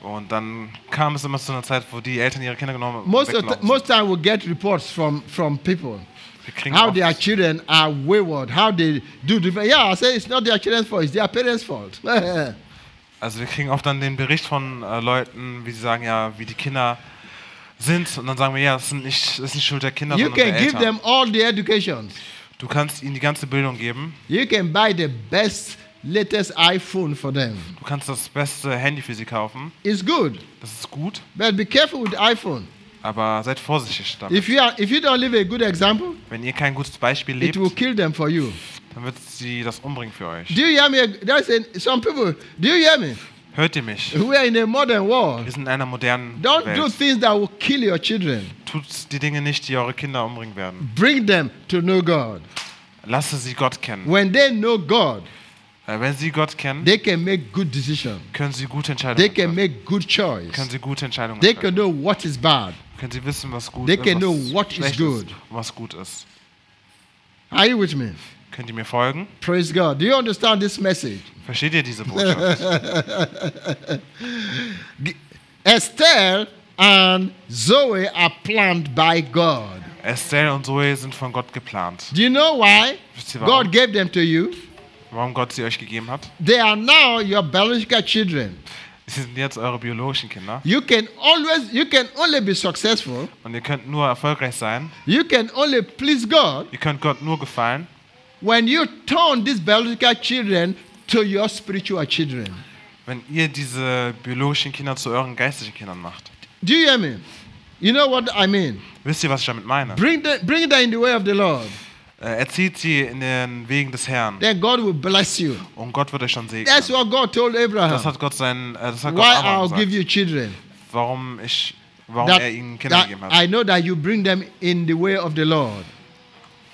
B: Und dann kam es immer zu einer Zeit, wo die Eltern ihre Kinder genommen haben.
A: Most of
B: weggelaufen
A: the,
B: sind.
A: most time we get reports from, from people
B: Wir kriegen
A: how their
B: oft,
A: children are wayward, how they do different. Yeah, I say it's not their children's fault, it's their parents' fault.
B: also wir kriegen oft dann den Bericht von äh, Leuten, wie sie sagen ja, wie die Kinder sind. Und dann sagen wir, ja, das, sind nicht, das ist nicht Schuld der Kinder,
A: you
B: sondern der
A: can give
B: Eltern.
A: them all the education.
B: du kannst ihnen die ganze Bildung geben.
A: You can buy the best, latest iPhone for them.
B: Du kannst das beste Handy für sie kaufen.
A: It's good,
B: Das ist gut,
A: but be careful with iPhone.
B: aber seid vorsichtig damit.
A: If you, are, if you don't leave a good example,
B: Wenn ihr kein gutes Beispiel
A: it
B: lebt,
A: will kill them for you.
B: dann wird sie das umbringen für euch.
A: Do you hear me? That's a, some people. Do you hear me?
B: Hört ihr mich?
A: We are in a modern world.
B: Wir sind in einer modernen
A: Don't do
B: Welt.
A: things that will kill your children.
B: Tut die Dinge nicht, die eure Kinder umbringen werden.
A: Bring them to know God.
B: Lasse sie Gott kennen.
A: When they know God,
B: Äh, Wenn sie Gott kennen,
A: they can make good decisions.
B: können sie gute
A: They can
B: Entscheidungen treffen.
A: make good choice.
B: Können sie gute Entscheidungen
A: They can
B: treffen.
A: know what is bad.
B: Können sie wissen, was gut
A: they
B: ist,
A: can know
B: was
A: what is
B: schlecht
A: good.
B: ist und was gut ist.
A: Are you with me?
B: Könnt ihr mir folgen?
A: Praise God. Do you understand this message?
B: Versteht ihr diese Botschaft?
A: Esther and Zoe are planned by God.
B: Estelle und Zoe sind von Gott geplant.
A: Do you know why
B: Wisst ihr warum?
A: God gave them to you?
B: Warum Gott sie euch gegeben hat?
A: They are now your biological children.
B: Sie sind jetzt eure biologischen Kinder.
A: You can always, you can only be successful.
B: Und ihr könnt nur erfolgreich sein.
A: You can only please God
B: Ihr könnt Gott nur gefallen,
A: when you turn these biological children to your spiritual children.
B: wenn ihr diese biologischen Kinder zu euren geistigen Kindern macht.
A: Do you hear me? You know what I mean?
B: Wisst ihr, was ich damit meine?
A: Bring them, bring them in the way of the Lord.
B: Äh, Erzieht sie in den Wegen des Herrn
A: Then God will bless you.
B: und Gott wird euch schon segnen.
A: That's what God told
B: Das
A: Abraham.
B: hat Gott seinen, äh, das hat Gott
A: Why I'll
B: Abraham
A: give you
B: gesagt,
A: children.
B: warum ich, warum
A: That,
B: er ihnen Kinder
A: that
B: gegeben hat.
A: I know that you bring them in the way of the Lord.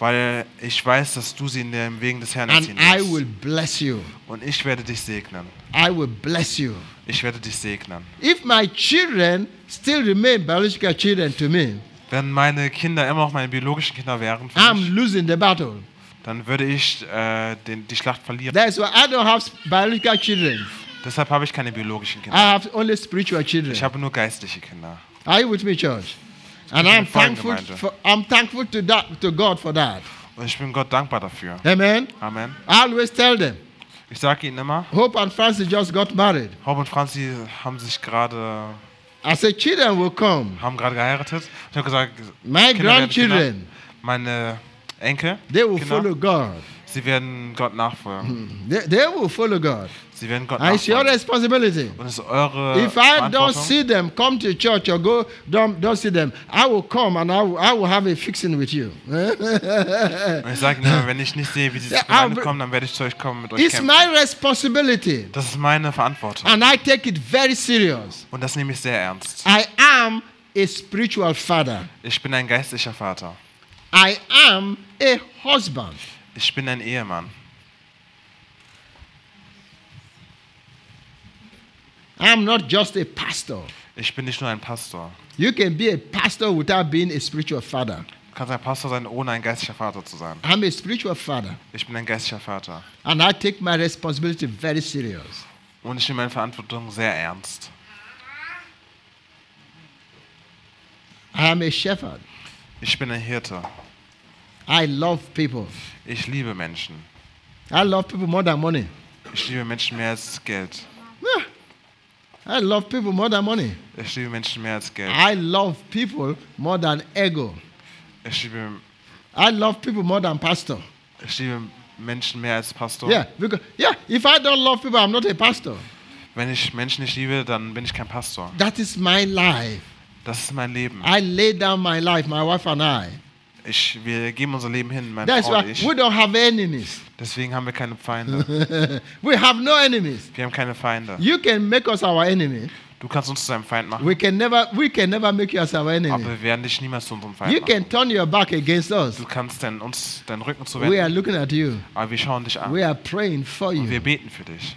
B: Weil ich weiß, dass du sie in den Wegen des Herrn
A: And
B: erziehen
A: I will
B: wirst.
A: bless you.
B: Und ich werde dich segnen.
A: I will bless you.
B: Ich werde dich segnen.
A: If my children still remain biological children to me,
B: Wenn meine Kinder immer noch meine biologischen Kinder wären, für
A: I'm
B: mich,
A: losing the battle.
B: dann würde ich äh, den, die Schlacht verlieren.
A: That's why I don't have biological children.
B: Deshalb habe ich keine biologischen Kinder.
A: I have only spiritual children.
B: Ich habe nur geistliche Kinder.
A: Are you with me, church? And
B: bin
A: I'm
B: mit Freunden
A: thankful.
B: gemeint.
A: For, I'm thankful to that, to God for that.
B: Und ich bin Gott dankbar dafür.
A: Amen.
B: Amen.
A: I always tell them.
B: Ich sage Ihnen immer,
A: Hope and Francis just got married.
B: Hope und Franzi haben sich gerade,
A: I said, children will come.
B: haben gerade geheiratet. Ich habe gesagt,
A: My
B: Kinder werden Kinder.
A: grandchildren,
B: meine Enkel,
A: they will follow Hm.
B: Kinder,
A: God.
B: sie werden Gott nachfolgen.
A: They, they will follow God.
B: Sie werden Gott
A: And it's your
B: nachfolgen.
A: responsibility.
B: Und es ist eure
A: If I don't
B: Verantwortung.
A: see them come to church or go, don't, don't see them, I will come and I will, I will have a fixing with you.
B: Und ich sage Ihnen immer, wenn ich nicht sehe, wie sie
A: Ja,
B: zur Gemeinde
A: aber-
B: kommen, dann werde ich zu euch kommen und mit euch
A: It's
B: kämpfen.
A: my Ah. responsibility.
B: Das ist meine Verantwortung.
A: And I take it very serious.
B: Und das nehme ich sehr ernst.
A: I am a spiritual father.
B: Ich bin ein geistlicher Vater.
A: I am a husband.
B: Ich bin ein Ehemann.
A: I'm not just a pastor.
B: Ich bin nicht nur ein Pastor.
A: You can be a pastor without being a spiritual father.
B: Du kannst ein Pastor sein, ohne ein geistlicher Vater zu sein.
A: I'm a spiritual father,
B: Ich bin ein geistlicher Vater.
A: and I take my responsibility very serious.
B: Und ich nehme meine Verantwortung sehr ernst.
A: I am a shepherd.
B: Ich bin ein Hirte.
A: I love people.
B: Ich liebe Menschen.
A: I love people more than money.
B: Ich liebe Menschen mehr als Geld.
A: Yeah. I love people more than money.
B: Ich liebe Menschen mehr als Geld.
A: I love people more than ego.
B: Ich liebe,
A: I love people more than pastor.
B: ich liebe Menschen mehr als Pastor.
A: Yeah, because yeah, if I don't love people, I'm not a pastor.
B: Wenn ich Menschen nicht liebe, dann bin ich kein Pastor.
A: That is my life.
B: Das ist mein Leben.
A: I lay down my life, my wife and I.
B: Ich, wir geben unser Leben hin, mein
A: That's
B: Frau
A: why
B: und ich.
A: we don't have enemies.
B: Deswegen haben wir keine Feinde.
A: We have no enemies.
B: Wir haben keine Feinde.
A: You can make us our enemy.
B: Du kannst uns zu einem Feind machen,
A: We can never we can never make you as our
B: aber
A: enemy.
B: wir werden dich niemals zu unserem Feind
A: You
B: machen.
A: can turn your back against us.
B: Du kannst dein, uns deinen Rücken
A: We are
B: zuwenden,
A: looking at you.
B: aber wir schauen dich an.
A: We are praying for
B: Und wir
A: you.
B: beten für dich.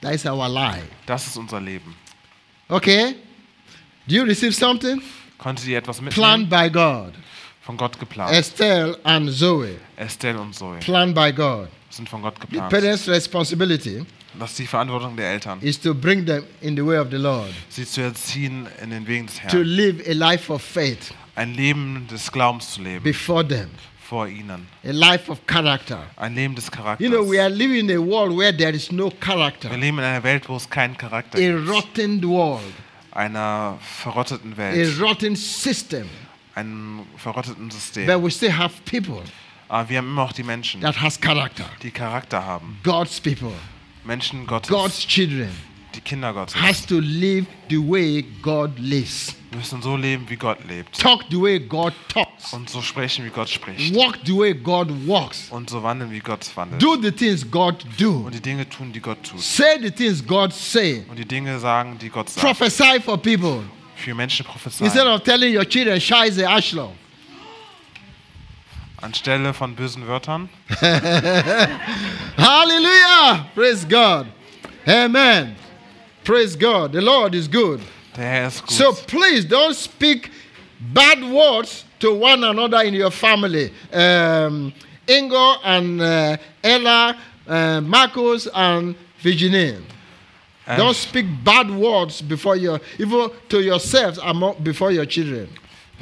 A: That is our life.
B: Das ist unser Leben.
A: Okay? Do you receive something?
B: Konntet ihr etwas mitnehmen?
A: Planned by God.
B: Von Gott
A: Äh,
B: geplant.
A: Estelle and Zoe,
B: Estelle und Zoe
A: planned by God.
B: sind von Gott
A: The
B: geplant.
A: parents' responsibility
B: Das ist die Verantwortung der Eltern,
A: is to bring them in the way of the Lord,
B: sie zu erziehen in den Wegen des
A: to
B: Herrn.
A: live a life of faith
B: Ein Leben des Glaubens zu leben
A: before them,
B: vor ihnen.
A: a life of character.
B: Ein Leben des Charakters.
A: You know, we
B: Wir
A: are living in a world where there is no character,
B: leben in einer Welt, wo es keinen Charakter
A: a
B: gibt.
A: rotten world,
B: Einer verrotteten
A: a
B: Welt.
A: rotten system.
B: Einem verrotteten
A: But
B: System.
A: we still have people
B: Aber wir haben immer auch die Menschen,
A: that has character.
B: die Charakter haben.
A: God's people,
B: Menschen Gottes,
A: God's children
B: die Kinder Gottes,
A: has to live the way God lives,
B: müssen so leben, wie Gott lebt.
A: talk the way God talks,
B: Und so sprechen, wie Gott spricht.
A: walk the way God walks,
B: Und so wandeln, wie Gott wandelt.
A: do the things God do,
B: Und die Dinge tun, die Gott tut.
A: say the things God say,
B: Und die Dinge sagen, die Gott sagt.
A: prophesy for people
B: Für Menschen
A: instead
B: prophezeien.
A: of telling your children Scheiße, Arschloch.
B: Anstelle von bösen Wörtern.
A: Hallelujah! Praise God. Amen. Praise God. The Lord is good.
B: Der Herr ist
A: So
B: gut.
A: please don't speak bad words to one another in your family. Um, Ingo and uh, Ella, uh, Marcos and Virginia.
B: Ähm,
A: Don't speak bad words before your even to yourselves among, before your children.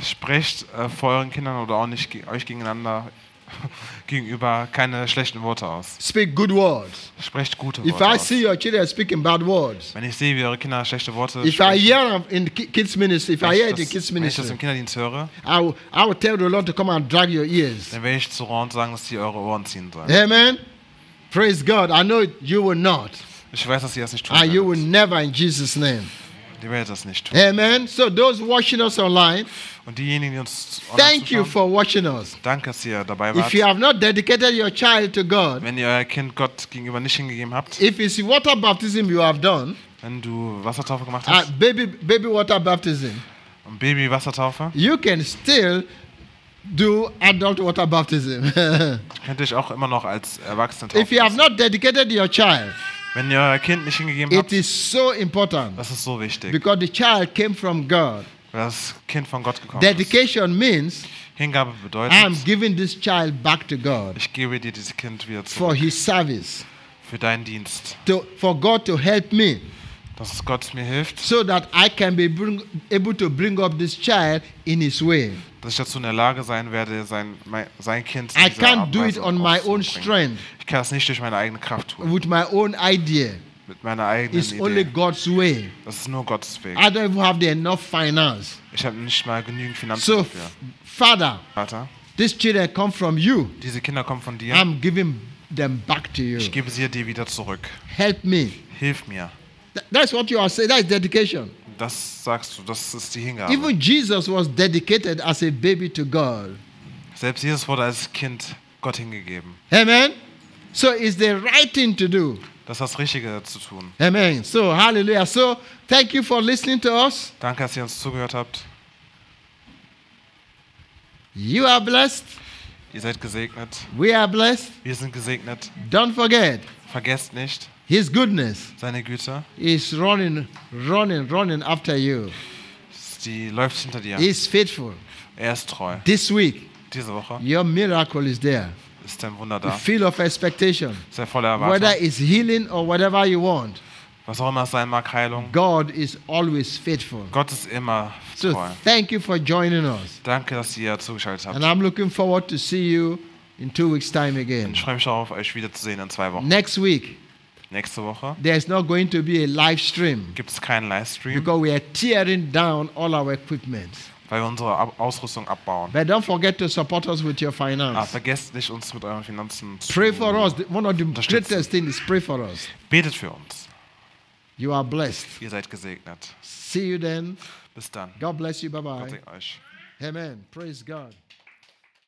B: Sprecht äh, vor euren Kindern oder auch nicht ge- euch gegeneinander gegenüber keine schlechten Worte aus.
A: Speak good words.
B: Sprecht gute
A: If
B: Worte
A: I
B: aus.
A: see your children speaking bad words,
B: Wenn ich sehe, wie eure Kinder schlechte Worte
A: if I
B: sprechen,
A: hear in ki- kids ministry, if I
B: wenn
A: hear
B: ich,
A: in the
B: das,
A: kids
B: wenn ich das
A: ministry,
B: im Kinderdienst höre,
A: I will, I will tell the Lord to come and drag your ears.
B: dann werde ich zu Ron sagen, dass sie eure Ohren ziehen sollen.
A: Amen. Praise God. I know you will not.
B: Ich weiß, dass ihr das nicht tun
A: And you will
B: werdet.
A: never in Jesus' name.
B: Ihr werdet das nicht tun.
A: Amen. So those watching us online,
B: Und diejenigen, die uns online
A: thank you
B: zuschauen,
A: for watching us.
B: danke, dass ihr dabei
A: If
B: wart.
A: you have not dedicated your child to God,
B: Wenn ihr euer Kind Gott gegenüber nicht hingegeben habt,
A: if it's water baptism you have done,
B: wenn du Wassertaufe gemacht
A: uh,
B: hast,
A: baby baby water baptism,
B: und Baby-Wassertaufe,
A: you can still do adult water baptism.
B: könnt ihr euch auch immer noch als Erwachsene taufen.
A: if you have
B: lassen.
A: not dedicated your child,
B: Wenn ihr euer Kind nicht hingegeben
A: it
B: habt,
A: is so important
B: das ist so wichtig,
A: because the child came from God.
B: weil das Kind von Gott gekommen ist.
A: Dedication means
B: Hingabe
A: I'm
B: bedeutet,
A: giving this child back to God
B: ich gebe dir dieses Kind wieder
A: for
B: zurück
A: his service,
B: für deinen Dienst,
A: to, for God to help me
B: dass Gott mir hilft,
A: so that I can be bring, able to bring up this child in his way.
B: dass ich dazu in der Lage sein werde, sein, mein, sein Kind
A: I
B: dieser
A: can't
B: Art und
A: do it
B: Weise
A: on my own
B: aufzubringen.
A: strength
B: Ich kann es nicht durch meine eigene Kraft tun,
A: with my own idea.
B: mit meiner eigenen
A: It's only
B: Idee.
A: God's way.
B: Das ist nur Gottes Weg.
A: I don't even have the enough finance.
B: Ich habe nicht mal genügend Finanzen
A: So,
B: dafür.
A: Father,
B: Vater,
A: these children come from you.
B: diese Kinder kommen von dir.
A: I'm giving them back to you.
B: Ich gebe sie dir wieder zurück.
A: Help me.
B: Hilf mir.
A: Th- That's what you are saying. That's dedication.
B: Das sagst du, das ist die Hingabe.
A: Even Jesus was dedicated as a baby to God.
B: Selbst Jesus wurde als Kind Gott hingegeben.
A: Amen. So it's the right thing to do.
B: Das ist das Richtige zu tun.
A: Amen. So hallelujah. So thank you for listening to us.
B: Danke, dass ihr uns zugehört habt.
A: You are blessed.
B: Ihr seid gesegnet.
A: We are blessed.
B: Wir sind gesegnet.
A: Don't forget
B: Vergesst nicht
A: His goodness
B: seine Güte.
A: is running, running, running after you.
B: Die läuft hinter dir.
A: He's faithful.
B: Er ist treu.
A: This week,
B: Diese Woche
A: your miracle is there.
B: ist ein Wunder
A: The
B: da.
A: field of expectation.
B: Sei voller
A: Whether
B: Erwartung.
A: it's healing or whatever you want,
B: Was auch immer es sein mag, Heilung.
A: God is always faithful.
B: Gott ist immer
A: So
B: treu.
A: thank you for joining us.
B: Danke, dass ihr zugeschaltet habt.
A: And I'm looking forward to see you in two weeks' time again.
B: Ich freue mich darauf, euch wiederzusehen in zwei Wochen.
A: Next week,
B: Nächste Woche
A: there's not going to be a live stream
B: gibt es keinen Livestream,
A: because we are tearing down all our equipment.
B: weil wir unsere Ab Ausrüstung abbauen.
A: But don't forget to support us with your
B: Ah,
A: finance.
B: vergesst nicht, uns mit euren Finanzen zu
A: Pray for us. The- One of the
B: Unterstützen.
A: greatest things is pray for us.
B: Betet für uns.
A: You are blessed.
B: Ihr seid gesegnet.
A: See you then.
B: Bis dann.
A: God bless you. Bye
B: Gott
A: bye.
B: segne euch.
A: Amen. Praise God.